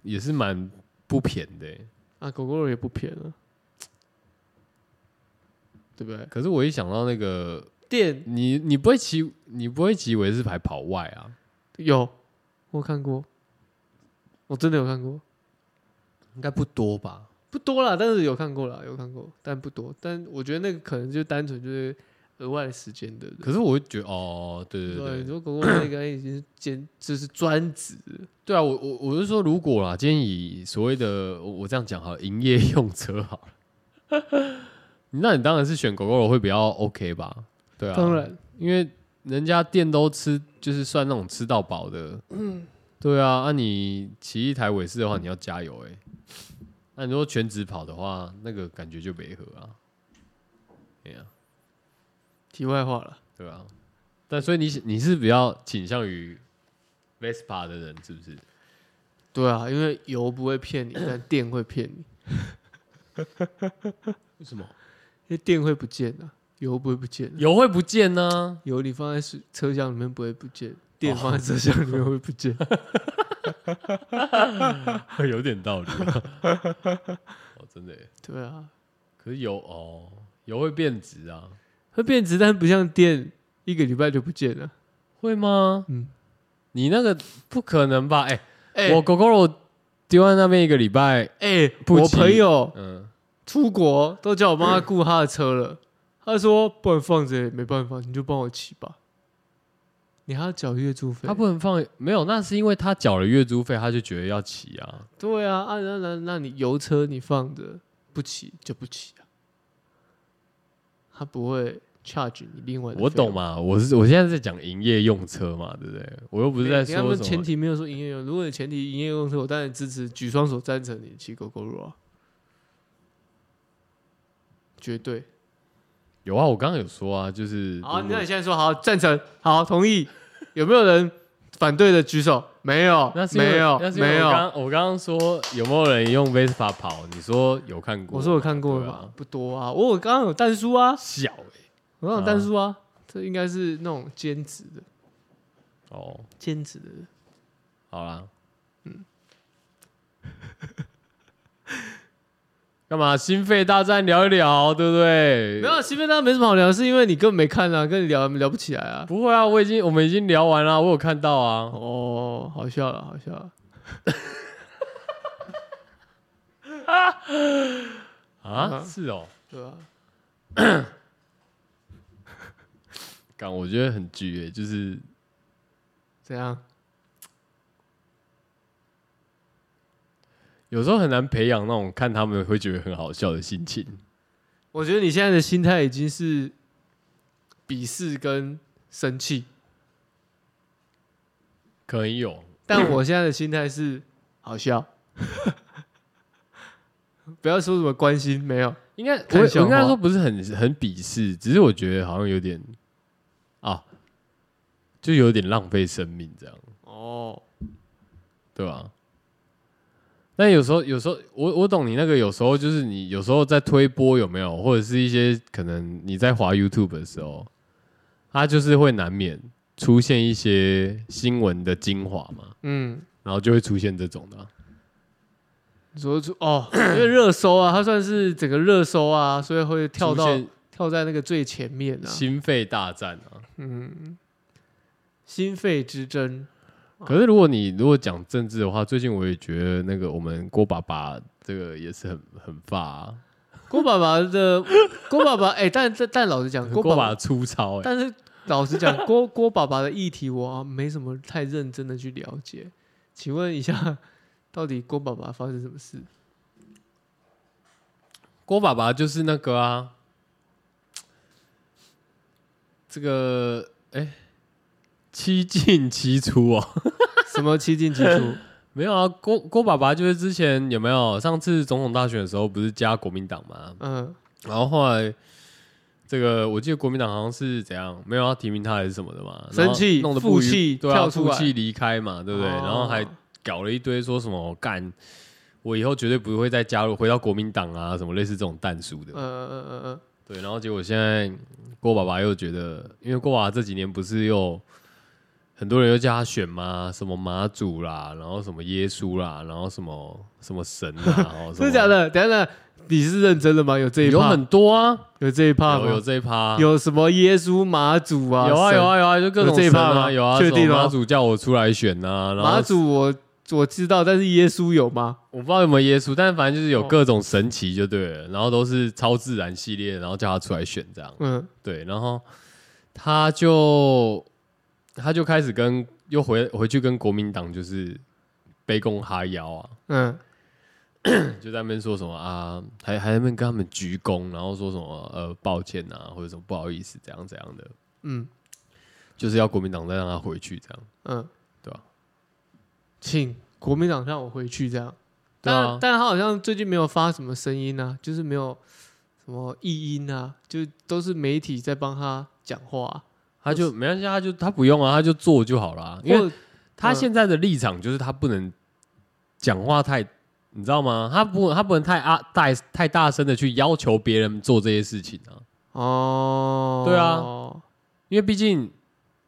A: 也是蛮不便的欸，
B: 啊，狗狗肉也不便宜啊，对不对？
A: 可是我一想到那个
B: 店
A: 你你不会骑，你不会骑维斯牌跑外啊？
B: 有，我看过，我真的有看过。
A: 应该不多吧？
B: 不多啦，但是有看过啦，有看过，但不多。但我觉得那个可能就单纯就是额外的时间的。
A: 可是我会觉得，哦，对对
B: 你
A: 对，
B: 说狗狗那个已经是兼，就是专职了，
A: 对啊，我我我是说，如果啦，今天以所谓的我我这样讲好了，营业用车好了，那你当然是选狗狗肉会比较 OK 吧？对啊，
B: 当，然
A: 因为人家店都吃，就是算那种吃到饱的，嗯，对啊，那、你骑一台尾斯的话，你要加油哎、那、你如果全职跑的话，那个感觉就没合啊，哎呀、
B: 题外话了。
A: 对啊，但所以你你是比较倾向于 Vespa 的人，是不是？
B: 对啊，因为油不会骗你，但电会骗你。
A: 为什么
B: 因为电会不见的、油不会不见、啊，
A: 油会不见呢？
B: 油你放在是车厢里面不会不
A: 哦
B: 见，电放在车厢里面会 不见。
A: 有点道理、啊 哦，真的耶。
B: 对啊，
A: 可是油哦，油会变质啊？
B: 会变质，但不像电一个礼拜就不见了。
A: 会吗？
B: 嗯，
A: 你那个不可能吧？哎、
B: 哎、
A: 我狗狗肉丢在那边一个礼拜，
B: 哎、
A: 不
B: 我
A: 急
B: 朋友
A: 嗯，
B: 出国都叫我帮他雇他的车了，他说不然放着也没办法，你就帮我骑吧。你还要缴月租费？
A: 它不能放，没有，那是因为它缴了月租费，它就觉得要骑啊。
B: 对啊，啊那那那你油车你放着不骑就不骑啊，他不会 charge 你另外的。
A: 我懂，嘛，我是我现在在讲营业用车嘛，对不对？我又不
B: 不
A: 是在
B: 他
A: 说
B: 们
A: 什
B: 前
A: 么
B: 提没有说营业用，如果你前提营业用车，我当然支持，举双手赞成你骑狗狗肉啊，绝对。
A: 有啊，我刚刚有说啊，就是
B: 好，
A: 如果
B: 哦那你现在说好赞成，好同意，有没有人反对的举手？没有
A: 那，是因为
B: 没有
A: 那，是因为
B: 没
A: 我
B: 有。
A: 刚我刚刚说有没有人用 Vespa 跑？你说有看过？
B: 我说我看过了
A: 对
B: 嘛，
A: 啊
B: 不多啊。我有刚刚有蛋叔啊，
A: 小欸
B: 我刚刚有蛋叔啊，这应该是那种兼职的，
A: 哦，
B: 兼职的。
A: 好啦，嗯， 干嘛？心肺大战聊一聊，对不对？
B: 没有，西边大家没什么好聊，是因为你根本没看啊，跟你聊聊不起来啊。
A: 不会啊，我已经我们已经聊完了，我有看到啊。
B: 哦，好笑了，好笑了。
A: 啊，
B: 嗯
A: 是哦，
B: 对啊，
A: 感我觉得很剧诶，就是
B: 怎样？
A: 有时候很难培养那种看他们会觉得很好笑的心情。
B: 我觉得你现在的心态已经是鄙视跟生气，
A: 可能有，
B: 但我现在的心态是 好笑。 不要说什么关心，没有，
A: 应该我
B: 看
A: 我
B: 笑话
A: 应该说不是很很鄙视，只是我觉得好像有点啊，就有点浪费生命这样。
B: 哦，
A: 对吧、但有时候，有时候，我我懂你那个，有时候就是你有时候在推播有没有，或者是一些可能你在滑 YouTube 的时候，它就是会难免出现一些新闻的精华嘛，
B: 嗯，
A: 然后就会出现这种的啊、
B: 你说出哦，因为热搜啊，它算是整个热搜啊，所以会跳到
A: 出现
B: 跳在那个最前面啊，
A: 心肺大战啊。
B: 嗯，心肺之争，啊
A: 可是如果你如果讲政治的话，最近我也觉得那个我们郭爸爸这个也是很很发、啊，
B: 郭爸爸的 郭爸爸，哎、但但但老实讲，
A: 郭
B: 爸
A: 爸爸粗糙哎、
B: 但是老实讲，郭 郭爸爸的议题我、啊、没什么太认真的去了解。请问一下，到底郭爸爸发生什么事？
A: 郭爸爸就是那个啊，这个哎、七进七出哦，
B: 什么七进七出？
A: 没有啊，郭郭爸爸就是之前有没有上次总统大选的时候不是加国民党嘛，
B: 嗯，
A: 然后后来这个我记得国民党好像是怎样没有要提名他还是什么的嘛，然后
B: 生气
A: 弄得
B: 负
A: 不愉
B: 气
A: 对啊，
B: 跳出
A: 负
B: 来
A: 气离开嘛，对不对？
B: 哦
A: 然后还搞了一堆说什么干，我以后绝对不会再加入回到国民党啊，什么类似这种淡书的
B: 嗯。嗯嗯嗯
A: 对，然后结果现在郭爸爸又觉得，因为郭爸爸这几年不是又很多人又叫他选吗？什么马祖啦，然后什么耶稣啦，然后什么什么神啦， 然后
B: 嗯，
A: 什么
B: 真的假？的？等一下，等一下你是认真的吗？有这一
A: 有
B: 趴？
A: 很多啊，
B: 有这一趴
A: 有有
B: 吗？
A: 这一趴，
B: 有什么耶稣马祖啊？
A: 有啊
B: 神
A: 有。啊有啊，就各种
B: 有这一
A: 神
B: 趴
A: 啊，
B: 吗
A: 有啊，
B: 确定
A: 什么马
B: 吗
A: 祖叫我出来选呐，然后
B: 马祖我我知道，但是耶稣有吗？
A: 我不知道有没有耶稣，但反正就是有
B: 哦
A: 各种神奇就对了，然后都是超自然系列，然后叫他出来选这样。
B: 嗯，
A: 对，然后他就他就开始跟又回回去跟国民党就是卑躬哈腰啊，
B: 嗯，
A: 就在那边说什么啊，还还在那边跟他们鞠躬，然后说什么呃抱歉啊，或者什么不好意思怎样怎样的，
B: 嗯，
A: 就是要国民党再让他回去这样。
B: 嗯，
A: 对啊
B: 请国民党让我回去这样。
A: 对
B: 但、
A: 啊
B: 但他好像最近没有发什么声音啊，就是没有什么异音啊，就都是媒体在帮他讲话啊、
A: 他就没关系，他就他不用啊，他就做就好啦。因为
B: 或嗯
A: 他现在的立场就是他不能讲话太你知道吗？他不，他不能太啊大太大声的去要求别人做这些事情啊，
B: 哦，
A: 对啊，因为毕竟，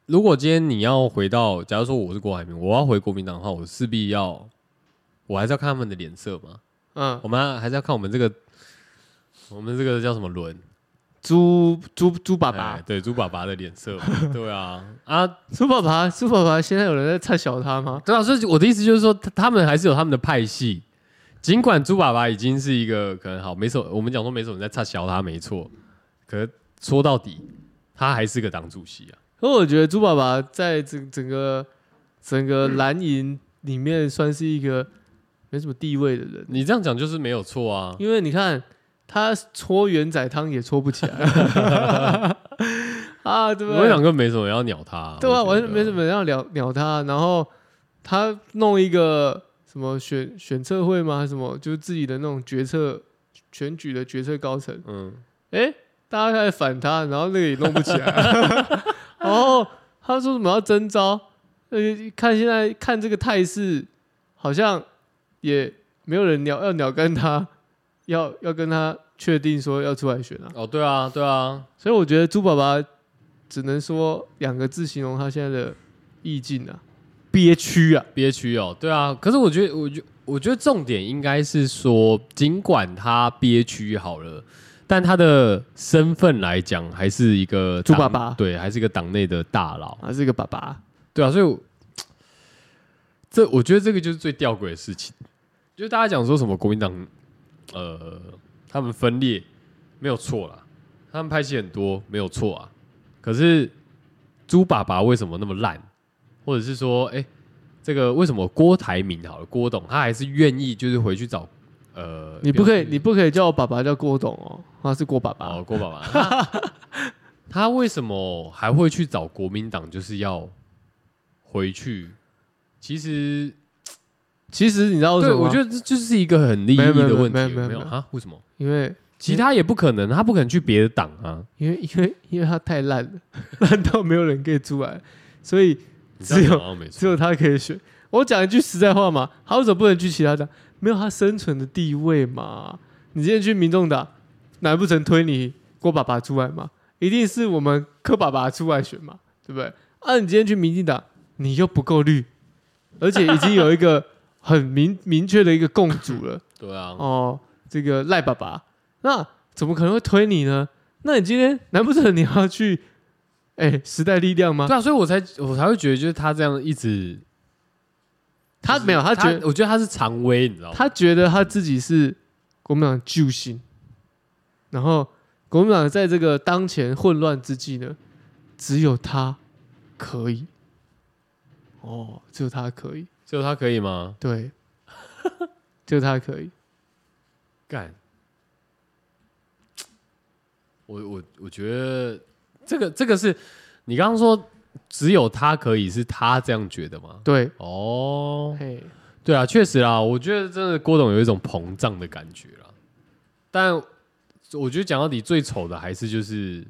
A: 如果今天你要回到，假如说我是郭台铭，我要回国民党的话，我势必要，我还是要看他们的脸色嘛，
B: 嗯，
A: 我们还是要看我们这个，我们这个叫什么轮
B: 猪猪猪爸
A: 哎
B: 爸，
A: 对，猪爸爸的脸色 嘛，对啊，啊，
B: 猪爸爸，猪爸爸，现在有人在嘲笑他吗？
A: 对啊，所以我的意思就是说，他他们还是有他们的派系。尽管猪爸爸已经是一个可能好没什么，我们讲说没什么人在插小他没错，可是说到底，他还是个党主席啊。
B: 可我觉得猪爸爸在整整个整个蓝营里面算是一个没什么地位的人，
A: 你这样讲就是没有错啊。
B: 因为你看他搓圆仔汤也搓不起来 啊，对不
A: 我们
B: 对
A: 两？个没什么人要鸟他、
B: 对啊，
A: 我觉
B: 完
A: 得
B: 全没什么人要聊聊他，然后他弄一个什么选选测会吗？还是什么就是自己的那种决策选举的决策高层，
A: 嗯，
B: 诶，大家开始反他，然后那个也弄不起来。 然后他说什么要征招，呃，看现在看这个态势，好像也没有人鸟要鸟跟他，要要跟他确定说要出来选啊。
A: 哦，对啊，对啊，
B: 所以我觉得猪爸爸只能说两个字形容他现在的意境啊，憋屈啊。
A: 憋屈哦，对啊。可是我觉得，我觉我觉得重点应该是说，尽管他憋屈好了，但他的身份来讲，还是一个
B: 猪
A: 党
B: 爸爸
A: 对，还是一个党内的大佬。
B: 他是个爸爸，
A: 对啊，所以我这我觉得这个就是最吊诡的事情，就是大家讲说什么国民党，呃，他们分裂没有错啦，他们拍戏很多没有错啊，可是猪爸爸为什么那么烂，或者是说，哎、这个为什么郭台铭好了，郭董他还是愿意就是回去找，呃，
B: 你不可以，
A: 表示
B: 你不可以叫我爸爸叫郭董哦，他是郭爸爸。
A: 哦，郭 爸爸，他他为什么还会去找国民党？就是要回去？其实，
B: 其实你知道为什
A: 对
B: 么吗？
A: 我觉得这就是一个很利益
B: 没有没有
A: 的问题，
B: 没有
A: 有
B: 没有
A: 没有
B: 没有
A: 啊？为什么？
B: 因为
A: 其他也不可能，他不可能去别的党啊。
B: 因为因为因为他太烂了， 烂到没有人可以出来，所以
A: 你这样
B: 只有
A: 讲好像没
B: 只
A: 错，
B: 有他可以选。我讲一句实在话嘛，他为什么不能去其他党？没有他生存的地位嘛。你今天去民众党，难不成推你郭爸爸出来吗？一定是我们柯爸爸出来选嘛，对不对？啊，你今天去民进党，你又不够绿，而且已经有一个很明明确的一个共主了。
A: 对啊，
B: 哦，这个赖爸爸，那怎么可能会推你呢？那你今天难不成你要去， 哎、时代力量吗？
A: 对啊，所以我才我才会觉得，就是他这样一直，
B: 他
A: 就是
B: 没有，他觉得
A: 我觉得他是常威，你知道吗？
B: 他觉得他自己是国民党的救星，然后国民党在这个当前混乱之际呢，只有他可以，哦，只有他可以，
A: 就他可以吗？
B: 对，只有他可以，
A: 干，我我我觉得这个这个是你刚刚说只有他可以，是他这样觉得吗？
B: 对，
A: 哦，
B: 嘿，
A: 对啊，确实啦，我觉得真的郭董有一种膨胀的感觉啦。但我觉得讲到底最丑的还是就是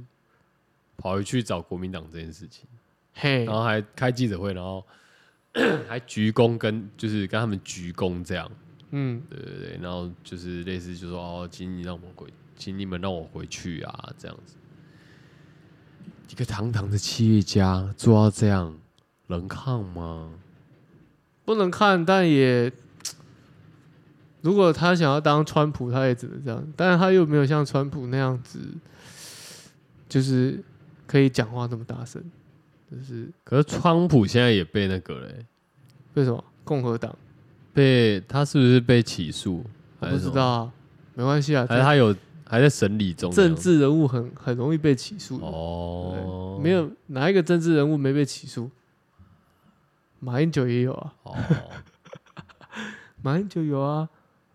A: 跑回去找国民党这件事情，
B: 嘿
A: 然，后还开记者会，然后 还鞠躬跟就是跟他们鞠躬这样。
B: 嗯，
A: 对对对，然后就是类似就说哦，请你让我回，请你们让我回去啊，这样子。一个堂堂的企业家做到这样，能抗吗？
B: 不能看，但也如果他想要当川普，他也只能这样。但是他又没有像川普那样子，就是可以讲话那么大声，就是
A: 可是川普现在也被那个嘞，
B: 为什么共和党？
A: 被他是不是被起诉？
B: 我
A: 还
B: 不
A: 是什
B: 知
A: 么
B: 道，啊，没关系啊，
A: 还是他有还在审理中这样
B: 政
A: 子？
B: 治人物很很容易被起诉的。
A: 哦
B: 对，没有哪一个政治人物没被起诉？马英九也有啊，
A: 哦，
B: 马英九有啊，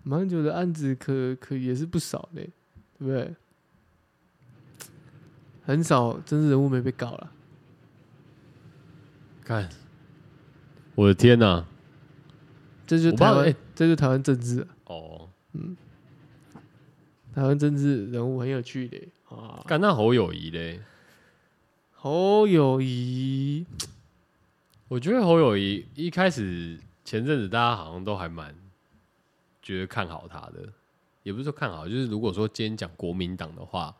B: 马英九的案子可可也是不少嘞，对不对？很少政治人物没被告了，
A: 看 我的天哪、
B: 这就是
A: 我不知
B: 台
A: 道
B: 湾，
A: 哎
B: 这就是台湾政治啊，
A: 哦，
B: 台湾政治人物很有趣的啊。
A: 干那侯友谊嘞？
B: 侯友谊，
A: 我觉得侯友谊一开始前阵子大家好像都还蛮觉得看好他的，也不是说看好，就是如果说今天讲国民党的话，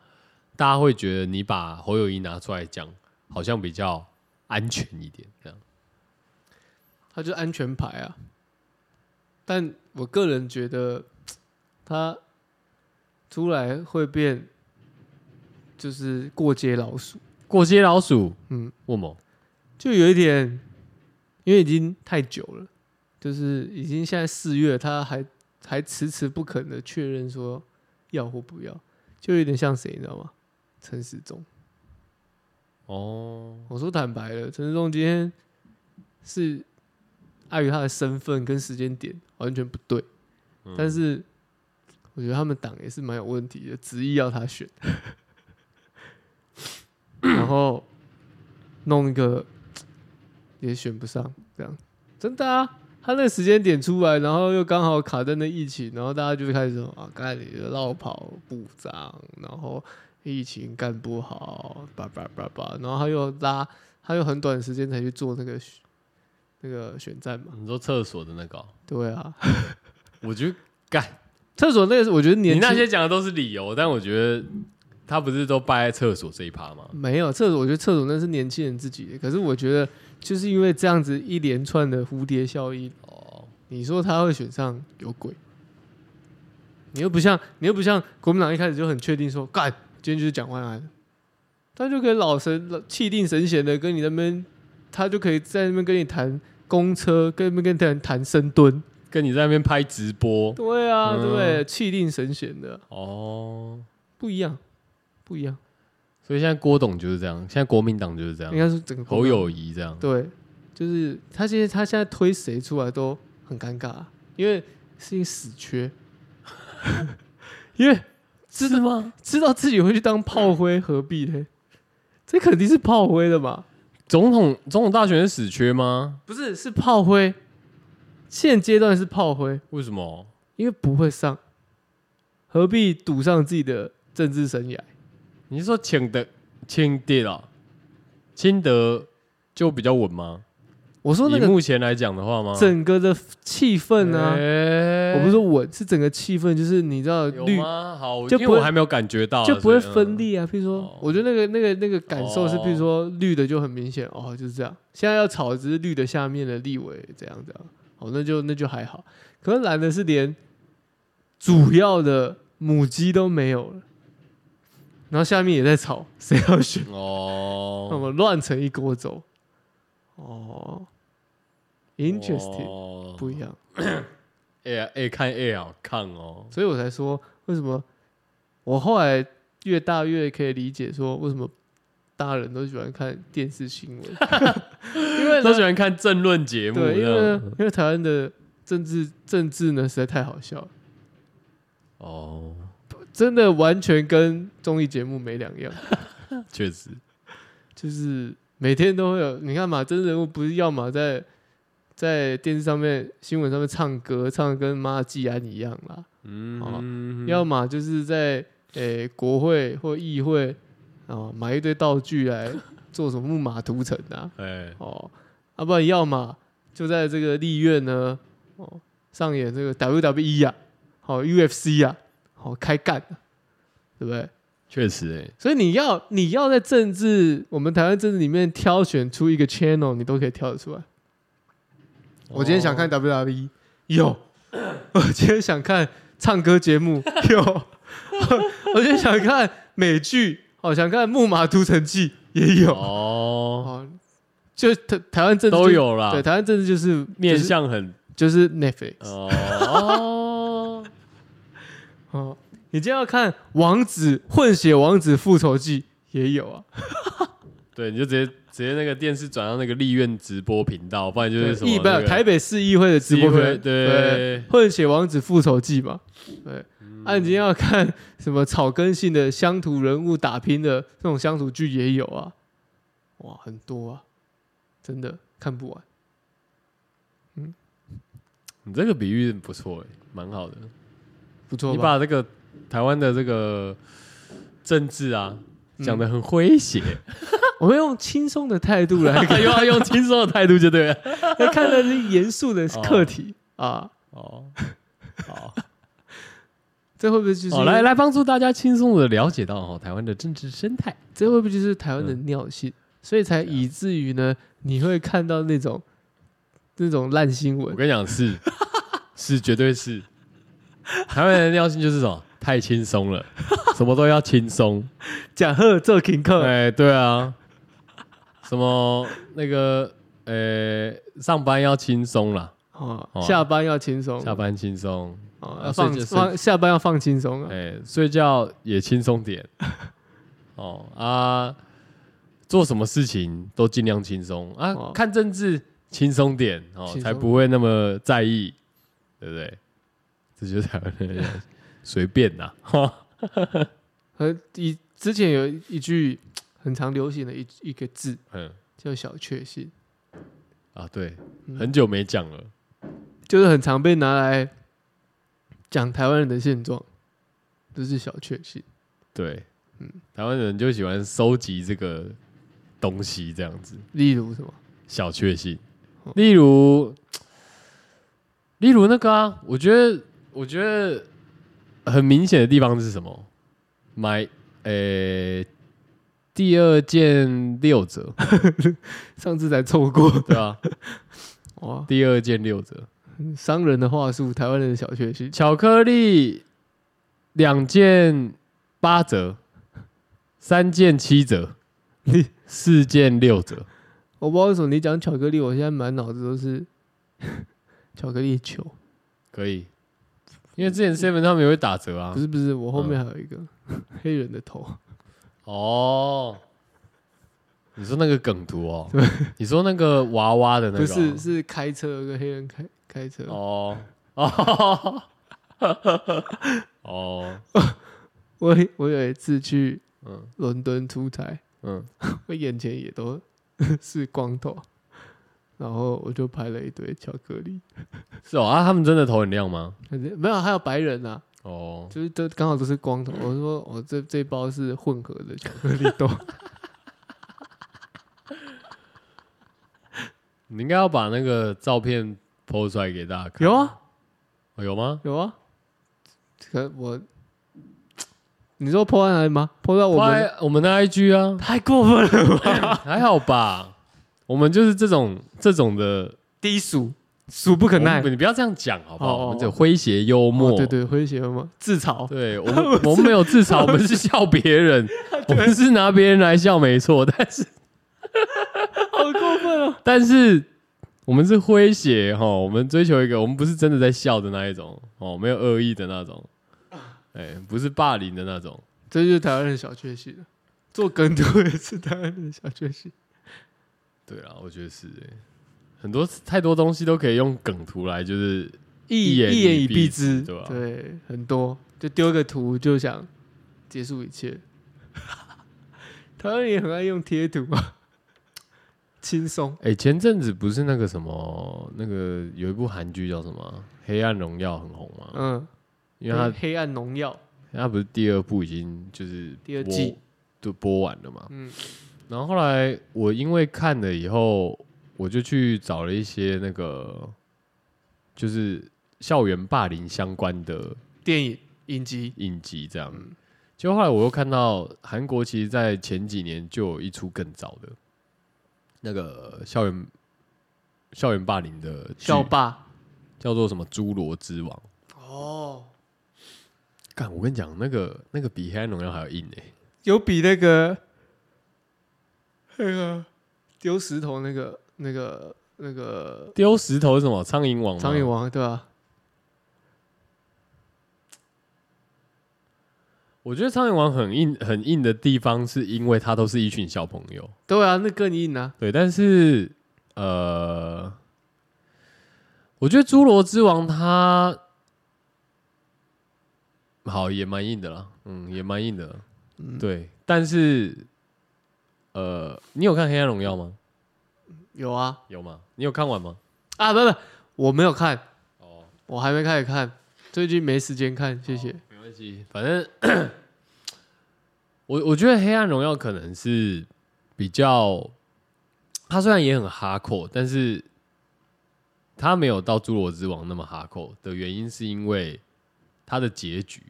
A: 大家会觉得你把侯友谊拿出来讲，好像比较安全一点，这样。
B: 他就是安全牌啊。但我个人觉得，他出来会变就是过街老鼠，
A: 过街老鼠，
B: 嗯
A: 嗯，我某
B: 就有一点，因为已经太久了，就是已经现在四月，他还还迟迟不肯的确认说要或不要，就有点像谁，你知道吗？陈时中。
A: 哦，
B: 我说坦白了，陈世忠今天是碍于他的身份跟时间点完全不对，
A: 嗯
B: 但是我觉得他们党也是蛮有问题的，执意要他 选，然后弄一个也选不上，这样真的啊。他那个时间点出来，然后又刚好卡在那疫情，然后大家就开始说啊，干你的绕跑部长，然后疫情干不好，叭叭叭叭，然后他又拉，他又很短时间才去做那个选那个选战嘛，
A: 你说厕所的那个哦、
B: 对啊，
A: 我觉得干，
B: 厕所那个是我觉得年
A: 你
B: 轻
A: 那些讲的都是理由，但我觉得他不是都败在厕所这一趴吗？
B: 没有厕所，我觉得厕所那是年轻人自己的，可是我觉得就是因为这样子一连串的蝴蝶效应，
A: 哦，
B: 你说他会选上有鬼？你又不像你又不像国民党一开始就很确定说干，今天就是蒋万安，啊他就可以老神老气定神闲的跟你那边，他就可以在那边跟你谈公车，跟那边跟你谈深蹲，
A: 跟你在那边拍直播，
B: 对啊，
A: 嗯
B: 对不对？气定神闲的
A: 哦，
B: 不一样，不一样，
A: 所以现在郭董就是这样，现在国民党就是这
B: 应
A: 样，
B: 该是整个国
A: 侯
B: 民党
A: 友谊这样，
B: 对，就是他现在他现在推谁出来都很尴尬、啊因为是一个死缺， 因为知道
A: 吗？
B: 知道自己会去当炮灰，何必呢？这肯定是炮灰的嘛，
A: 总统总统大选是死缺吗？
B: 不是是炮灰，现阶段是炮灰，
A: 为什么？
B: 因为不会上，何必赌上自己的政治生涯？
A: 你是说请的清德啊，清德就比较稳吗？
B: 我说那
A: 以
B: 个
A: 目前来讲的话吗？
B: 整个的气氛啊，
A: 欸
B: 我不是说我是整个气氛，就是你知道
A: 有
B: 绿
A: 吗？好，
B: 就
A: 因为
B: 不会
A: 我还没有感觉到啊，
B: 就不会
A: 所以
B: 分。裂啊。譬如说
A: 哦，
B: 我觉得那个那个那个感受是，
A: 哦
B: 譬如说绿的就很明显，哦，就是这样。现在要吵的只是绿的下面的立委这样这样，哦，那就那就还好。可是蓝的是连主要的母鸡都没有了，然后下面也在吵 谁要选，
A: 嗯
B: 那
A: 哦
B: 么乱成一锅粥。哦，interesting，
A: 哦
B: 不一样。
A: 哎呀，哎，看哎好看哦，
B: 所以我才说为什么我后来越大越可以理解说为什么大人都喜欢看电视新闻，因为
A: 都
B: 呢
A: 喜欢看政论节目，
B: 对，因
A: 这
B: 为
A: 样
B: 呢因为台湾的政治政治呢实在太好笑了，
A: 哦，
B: 真的完全跟综艺节目没两样，
A: 确实，
B: 就是每天都会有你看嘛，真人物不是要么在。在电视上面、新闻上面唱歌，唱的跟妈季安一样啦。
A: 嗯，
B: 要么就是在诶、国会或议会啊、买一堆道具来做什么木马屠城啊，
A: 哎，
B: 哦，啊不然要么就在这个立院呢，哦上演这个 WWE 啊，好、UFC 啊，好、开干、啊，对不对？
A: 确实哎，
B: 所以你要你要在政治我们台湾政治里面挑选出一个 channel，你都可以挑得出来。我今天想看 WWE，有；我今天想看唱歌节 目，有；我今天想看美剧，哦，想看《木马屠城记》也 有。
A: 欸哦，
B: 哦，就台台湾政治就
A: 都，有啦
B: 对，，台湾政治就是
A: 面向很
B: 就是 Netflix
A: 哦，
B: 哦。你今天要看《王子混血王子复仇记》也有啊，
A: 对，你就直接直接那个电视转到那个立院直播频道，不然就是什么
B: 议不
A: 那个
B: 台北市议会的直播
A: 议会
B: 频道
A: 对
B: 《混血王子复仇记》嘛，对。
A: 嗯
B: 啊，你今天要看什么草根性的乡土人物打拼的这种乡土剧也有啊，哇，很多啊，真的看不完。
A: 你这个比喻不错哎，蛮好的。
B: 不错
A: 你
B: 吧？
A: 把这个台湾的这个政治啊
B: 嗯
A: 讲的很诙 谐，
B: 我们用轻松的态度来看，
A: 又要用轻松的态度就对了。
B: 来看待这些严肃的课题啊。
A: 哦，好，
B: 这会不会 就是、
A: 哦，来，来帮助大家轻松的了解到哦台湾的政治生态。
B: 这会不会就是台湾的
A: 嗯
B: 尿性？所以
A: 啊
B: 才以至于呢，你会看到那种那种烂新
A: 我
B: 闻。
A: 跟你讲是是绝对是，台湾人的尿性就是什么太轻松了，什么都要轻松。
B: 讲贺做停课，
A: 哎、对啊，什么那个呃、上班要轻松啦，
B: 哦
A: 哦，
B: 下班要轻松，
A: 下班轻松，
B: 哦，
A: 啊
B: 要
A: 睡
B: 放
A: 觉睡
B: 放下班要放轻松啊
A: 哎、。睡觉也轻松 点。哦啊，做什么事情都尽量轻松啊，
B: 哦
A: 看政治轻松点哦
B: 轻，松
A: 才不会那么在意，对不对？这就是台湾人的随便 呐、哈
B: 和呃以之前有一句很常流行的一一个字
A: 嗯
B: 叫小确幸，
A: 啊，对，
B: 嗯
A: 很久没讲了，
B: 就是很常被拿来讲台湾人的现状，这是小确幸。
A: 对，嗯，台湾人就喜欢收集这个东西，这样子
B: 例如什么？
A: 小确幸
B: 哦，
A: 例如，例如那个啊，我觉得，我觉得很明显的地方是什么？买，呃、第二件六折，
B: 上次才错 过
A: 对啊，
B: 哇！
A: 第二件六折，
B: 商人的话术，台湾人的小确幸。
A: 巧克力两件八折，三件七折，四件六折。
B: 我不知道为什么你讲巧克力，我现在满脑子都是 巧克力球。
A: 可以，因为之前 Seven 他们也会打折啊
B: 不。是不是，我后面还有一个 黑人的头，
A: 哦，你说那个梗图 哦，你说那个娃娃的那个
B: 不
A: 哦、
B: 是是开车有个黑人开开车。
A: 哦 哦哦，
B: 我我有一次去
A: 嗯
B: 伦敦出差，
A: 嗯，
B: 我眼前也都 是光头，然后我就拍了一堆巧克力，
A: 是哦啊，他们真的头很亮吗？
B: 反正没有还有白人啊，
A: 哦，
B: 就是都刚好都是光头。我说我、这这包是混合的巧克力豆，
A: 你应该要把那个照片 PO 出来给大家看。
B: 有啊
A: 哦有吗？
B: 有啊，可我你说破案来吗？破到我们
A: 我我们的 IG 啊，
B: 太过分了，
A: 还好吧？我们就是这种这种的，
B: 低俗俗不可耐
A: 我。们你不要这样讲好不好？
B: 哦哦哦
A: 我们这诙谐幽默，
B: 哦对对，诙谐嘛，自嘲。
A: 对我们，我们没有自嘲，我们是笑别 人，我们是拿别人来笑，没错。但是，
B: 好过分哦！
A: 但是我们是诙谐哈，我们追求一个，我们不是真的在笑的那一种哦，没有恶意的那种，哎、不是霸凌的那种。
B: 这就是台湾人的小确幸，做梗图也是台湾人的小确幸。
A: 对啦，我觉得是、哎很多太多东西都可以用梗图来，就是
B: 一
A: 一言
B: 一言
A: 以
B: 以
A: 蔽
B: 蔽
A: 之
B: 之，
A: 对吧
B: 对，很多就丢个图就想结束一切。台湾人也很爱用贴图啊，轻松
A: 哎、前阵子不是那个什么，那个有一部韩剧叫什么啊《黑暗荣耀》很红吗？
B: 嗯，
A: 因为它
B: 黑暗农药
A: 他不是第二部已经就是
B: 第二
A: 播
B: 季
A: 就播完了嘛，
B: 嗯
A: 然后后来我因为看了以后，我就去找了一些那个就是校园霸凌相关的
B: 电影影集，
A: 影集，这样。
B: 嗯
A: 就后来我又看到韩国其实，在前几年就有一出更早的那个校园校园霸凌的剧
B: 校，霸
A: 叫做什么《侏罗之王》。
B: 哦，
A: 干，我跟你讲，那个那个比《黑暗荣耀》还要硬哎、
B: 有比那个那个丢石头那个那个那个
A: 丢石头是什么？苍蝇王吗？
B: 苍蝇王对吧、
A: 我觉得苍蝇王很硬很硬的地方，是因为他都是一群小朋友，
B: 对啊，那更硬啊。
A: 对。但是呃，我觉得侏罗之王他好也蛮硬的啦，嗯，也蛮硬的，
B: 嗯
A: 对。但是呃，你有看《黑暗荣耀》吗？
B: 有啊，
A: 有吗？你有看完吗？
B: 啊，不不，我没有看，
A: 哦，
B: 我还没开始看，最近没时间看，谢谢。
A: 没关系，反正 我我觉得《黑暗荣耀》可能是比较，它虽然也很哈扣，但是他没有到《侏罗之王》那么哈扣的原因，是因为它的结局，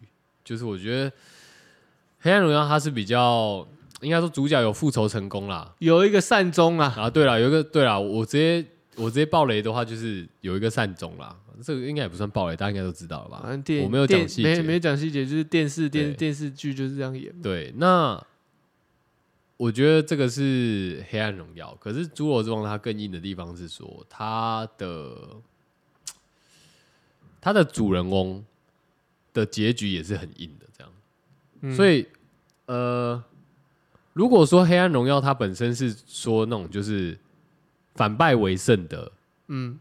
A: 就是我觉得《黑暗荣耀》它是比较，应该说主角有复仇成功啦。
B: 有一个善终啊，
A: 啊，对了，有一个对了，我直接我直接爆雷的话，就是有一个善终啦，这个应该也不算爆雷，大家应该都知道了吧
B: 反？正电影
A: 我没有
B: 电
A: 讲细
B: 没
A: 节
B: 没有讲细节，就是电视电
A: 对
B: 电视剧就是这样演嘛。
A: 对，那我觉得这个是《黑暗荣耀》，可是《侏罗之王》它更硬的地方是说，它的它的主人翁的结局也是很硬的，这样。
B: 嗯
A: 所以，呃，如果说《黑暗荣耀》它本身是说那种就是反败为胜的
B: 嗯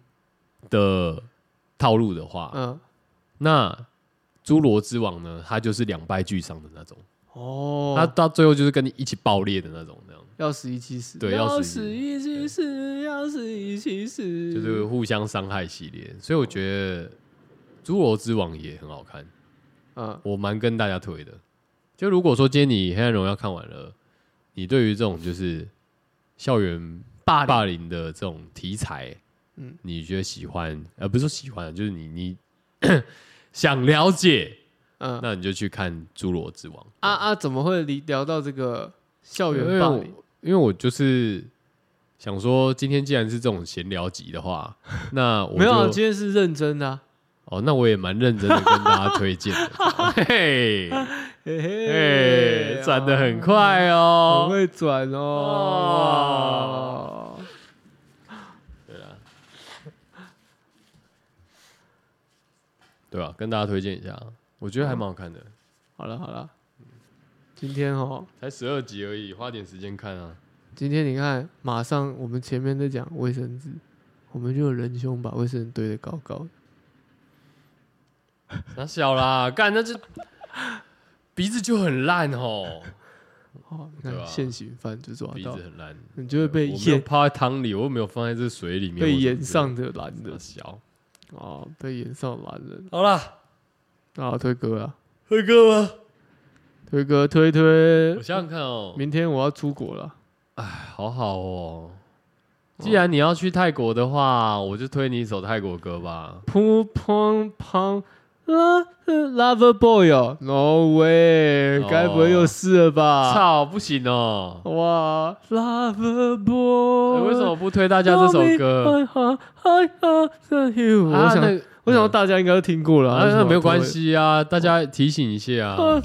A: 的套路的话，
B: 嗯，
A: 那《侏罗之王》呢，它就是两败俱伤的那种。
B: 哦，
A: 他到最后就是跟你一起爆裂的那种，这样
B: 要死一起死，
A: 对
B: 要
A: 要
B: 死
A: 死
B: 一起死，要死一起死，
A: 就是互相伤害系列。所以我觉得《侏罗之王》也很好看，
B: 嗯
A: 我蛮跟大家推的。就如果说今天你《黑暗荣耀》看完了，你对于这种就是校园
B: 霸凌
A: 霸凌的这种题材，
B: 嗯
A: 嗯，你觉得喜欢？呃，不是说喜欢，就是你你 想了解，
B: 嗯
A: 那你就去看《侏罗之王》
B: 啊啊，怎么会聊聊到这个校园霸
A: 因为
B: 凌？
A: 我因为我就是想说，今天既然是这种闲聊集的话，那我
B: 没有啊，
A: 就
B: 今天是认真的啊，
A: 哦，那我也蛮认真的跟大家推荐的， 嘿，
B: 嘿
A: 嘿，转的很快
B: 哦，
A: 哦。
B: 很哎会转哦
A: 哦。
B: 哇
A: 对啊，跟大家推荐一下，我觉得还蛮好看的，
B: 好了好了，今天哦，
A: 才十二集而已，花点时间看啊。
B: 今天你看，马上我们前面在讲卫生纸，我们就有仁兄把卫生纸堆得高高的。
A: 哪小啦，干那就鼻子就很烂哦，
B: 哦，
A: 对
B: 那
A: 啊
B: 现行犯就抓
A: 鼻子
B: 到，
A: 很烂，
B: 你就会被
A: 我没有
B: 淹
A: 泡在汤里，我又没有放在这水里面，
B: 被
A: 我
B: 淹上的蓝
A: 真的
B: 的
A: 哪小。
B: 啊，被淹上蓝人
A: 好啦，
B: 啊，推哥啊，
A: 辉哥吗？
B: 推哥推推
A: 我，想想看哦，
B: 明天我要出国了，
A: 好好哦。既然你要去泰国的话，我就推你一首泰国歌吧。
B: 噗砰砰。啊呃，Lover Boy 哦，No way，
A: 哦
B: 该不会又是了吧？
A: 操，不行哦！
B: 哇，Lover
A: 哎
B: Boy，
A: 为什么不推大家这首歌？
B: 我
A: 啊，
B: 想
A: 那
B: 我想大家应该都听过了，
A: 啊，那没有关。系啊，大家提醒一下啊。我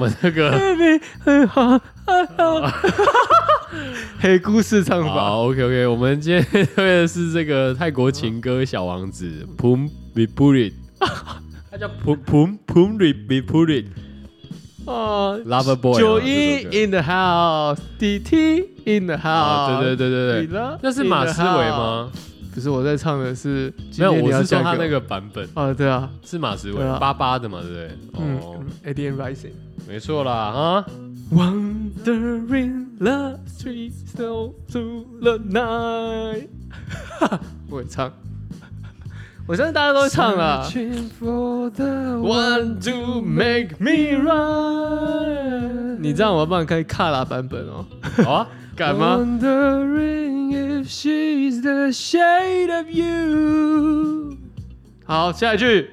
A: 们那 个
B: 黑故事唱法，
A: 嗯好，OK OK，我们今天推的是这个泰国情歌《小王子》，Pum b i p u r i 它叫 Pum Pum Pum r i b i p u r i
B: 啊
A: Lover Boy 啊。
B: 九
A: 这
B: 一
A: 首歌
B: in the house，DT in the
A: 啊
B: house，
A: 对对对对对，
B: 对
A: 那是马思维？吗？
B: 不是，我在唱的是
A: 没有，我是说
B: 讲
A: 他那个版本
B: 啊，对啊，
A: 是马思
B: 对啊
A: 唯八八的嘛，对不对？哦
B: 嗯，，ADN Rising。
A: 没错啦，哈，
B: Wandering love streets down to the night 。我会唱， 我相信大家都会唱啦。Want to make me run？你这样我要帮你开卡拉版本哦，
A: 好啊，
B: 敢吗？ 好，下一句。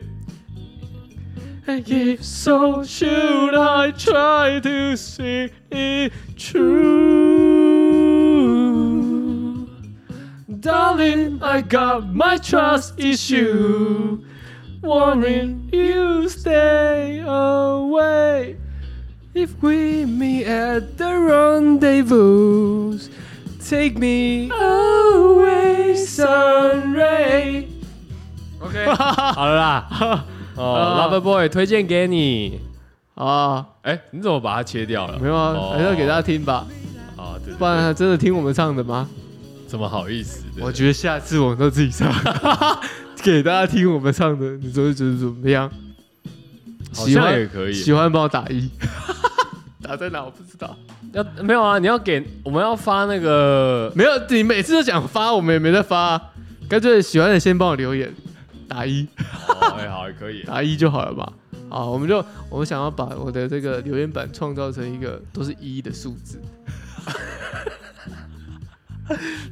B: And if so, should I try to see it true? Darling, I got my trust issue. Warning you, stay away. If we meet at the rendezvous, take me away, sunray. OK，
A: 好了啦， 哦，Love Boy 推荐给你。
B: 啊，
A: 哎，你怎么把它切掉了？
B: 没有啊，还是要给大
A: 家
B: 家听吧，
A: 啊，对，对
B: 不然他真的听我们唱的吗？
A: 对怎么好意思？对
B: 我觉得下次我们都自己 唱，给大家听我们唱的，你觉得觉得怎么样？
A: 好
B: 喜欢
A: 像也可以
B: 喜，欢帮我打一， 打在哪我不知道。
A: 要没有啊？你要给我们要发那 个
B: 没有，你每次都讲发，我们也没在发、啊，干脆喜欢的先帮我留言，打一
A: 哦，哎，好，可以，
B: 打一就好了吧。好，我们就我们想要把我的这个留言板创造成一个都是一的数字。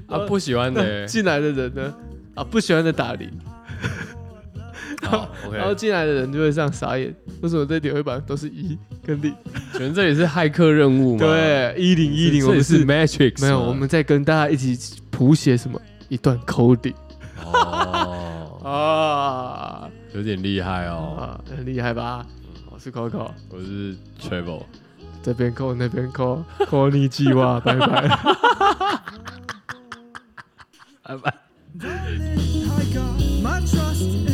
A: 啊，不喜欢的欸
B: 呃那， 进来的人呢？啊，不喜欢的打零，
A: 好
B: 然后
A: ，OK，
B: 进来的人就会这样傻眼，为什么这点位板都是一跟零？
A: 全这里是骇客任务吗？，
B: 对，一零一零，我
A: 这里
B: 们
A: 是
B: 是
A: Matrix，
B: 没有，
A: 吗
B: 我们在跟大家一起谱写什么一段 coding
A: 哦，
B: 啊
A: 有点厉害哦。
B: 啊，很厉害吧？我是 Coco，
A: 我是 Travel，
B: 这边 call 那边 call，call 你计 划，拜拜。
A: 拜拜。
C: I got my trust in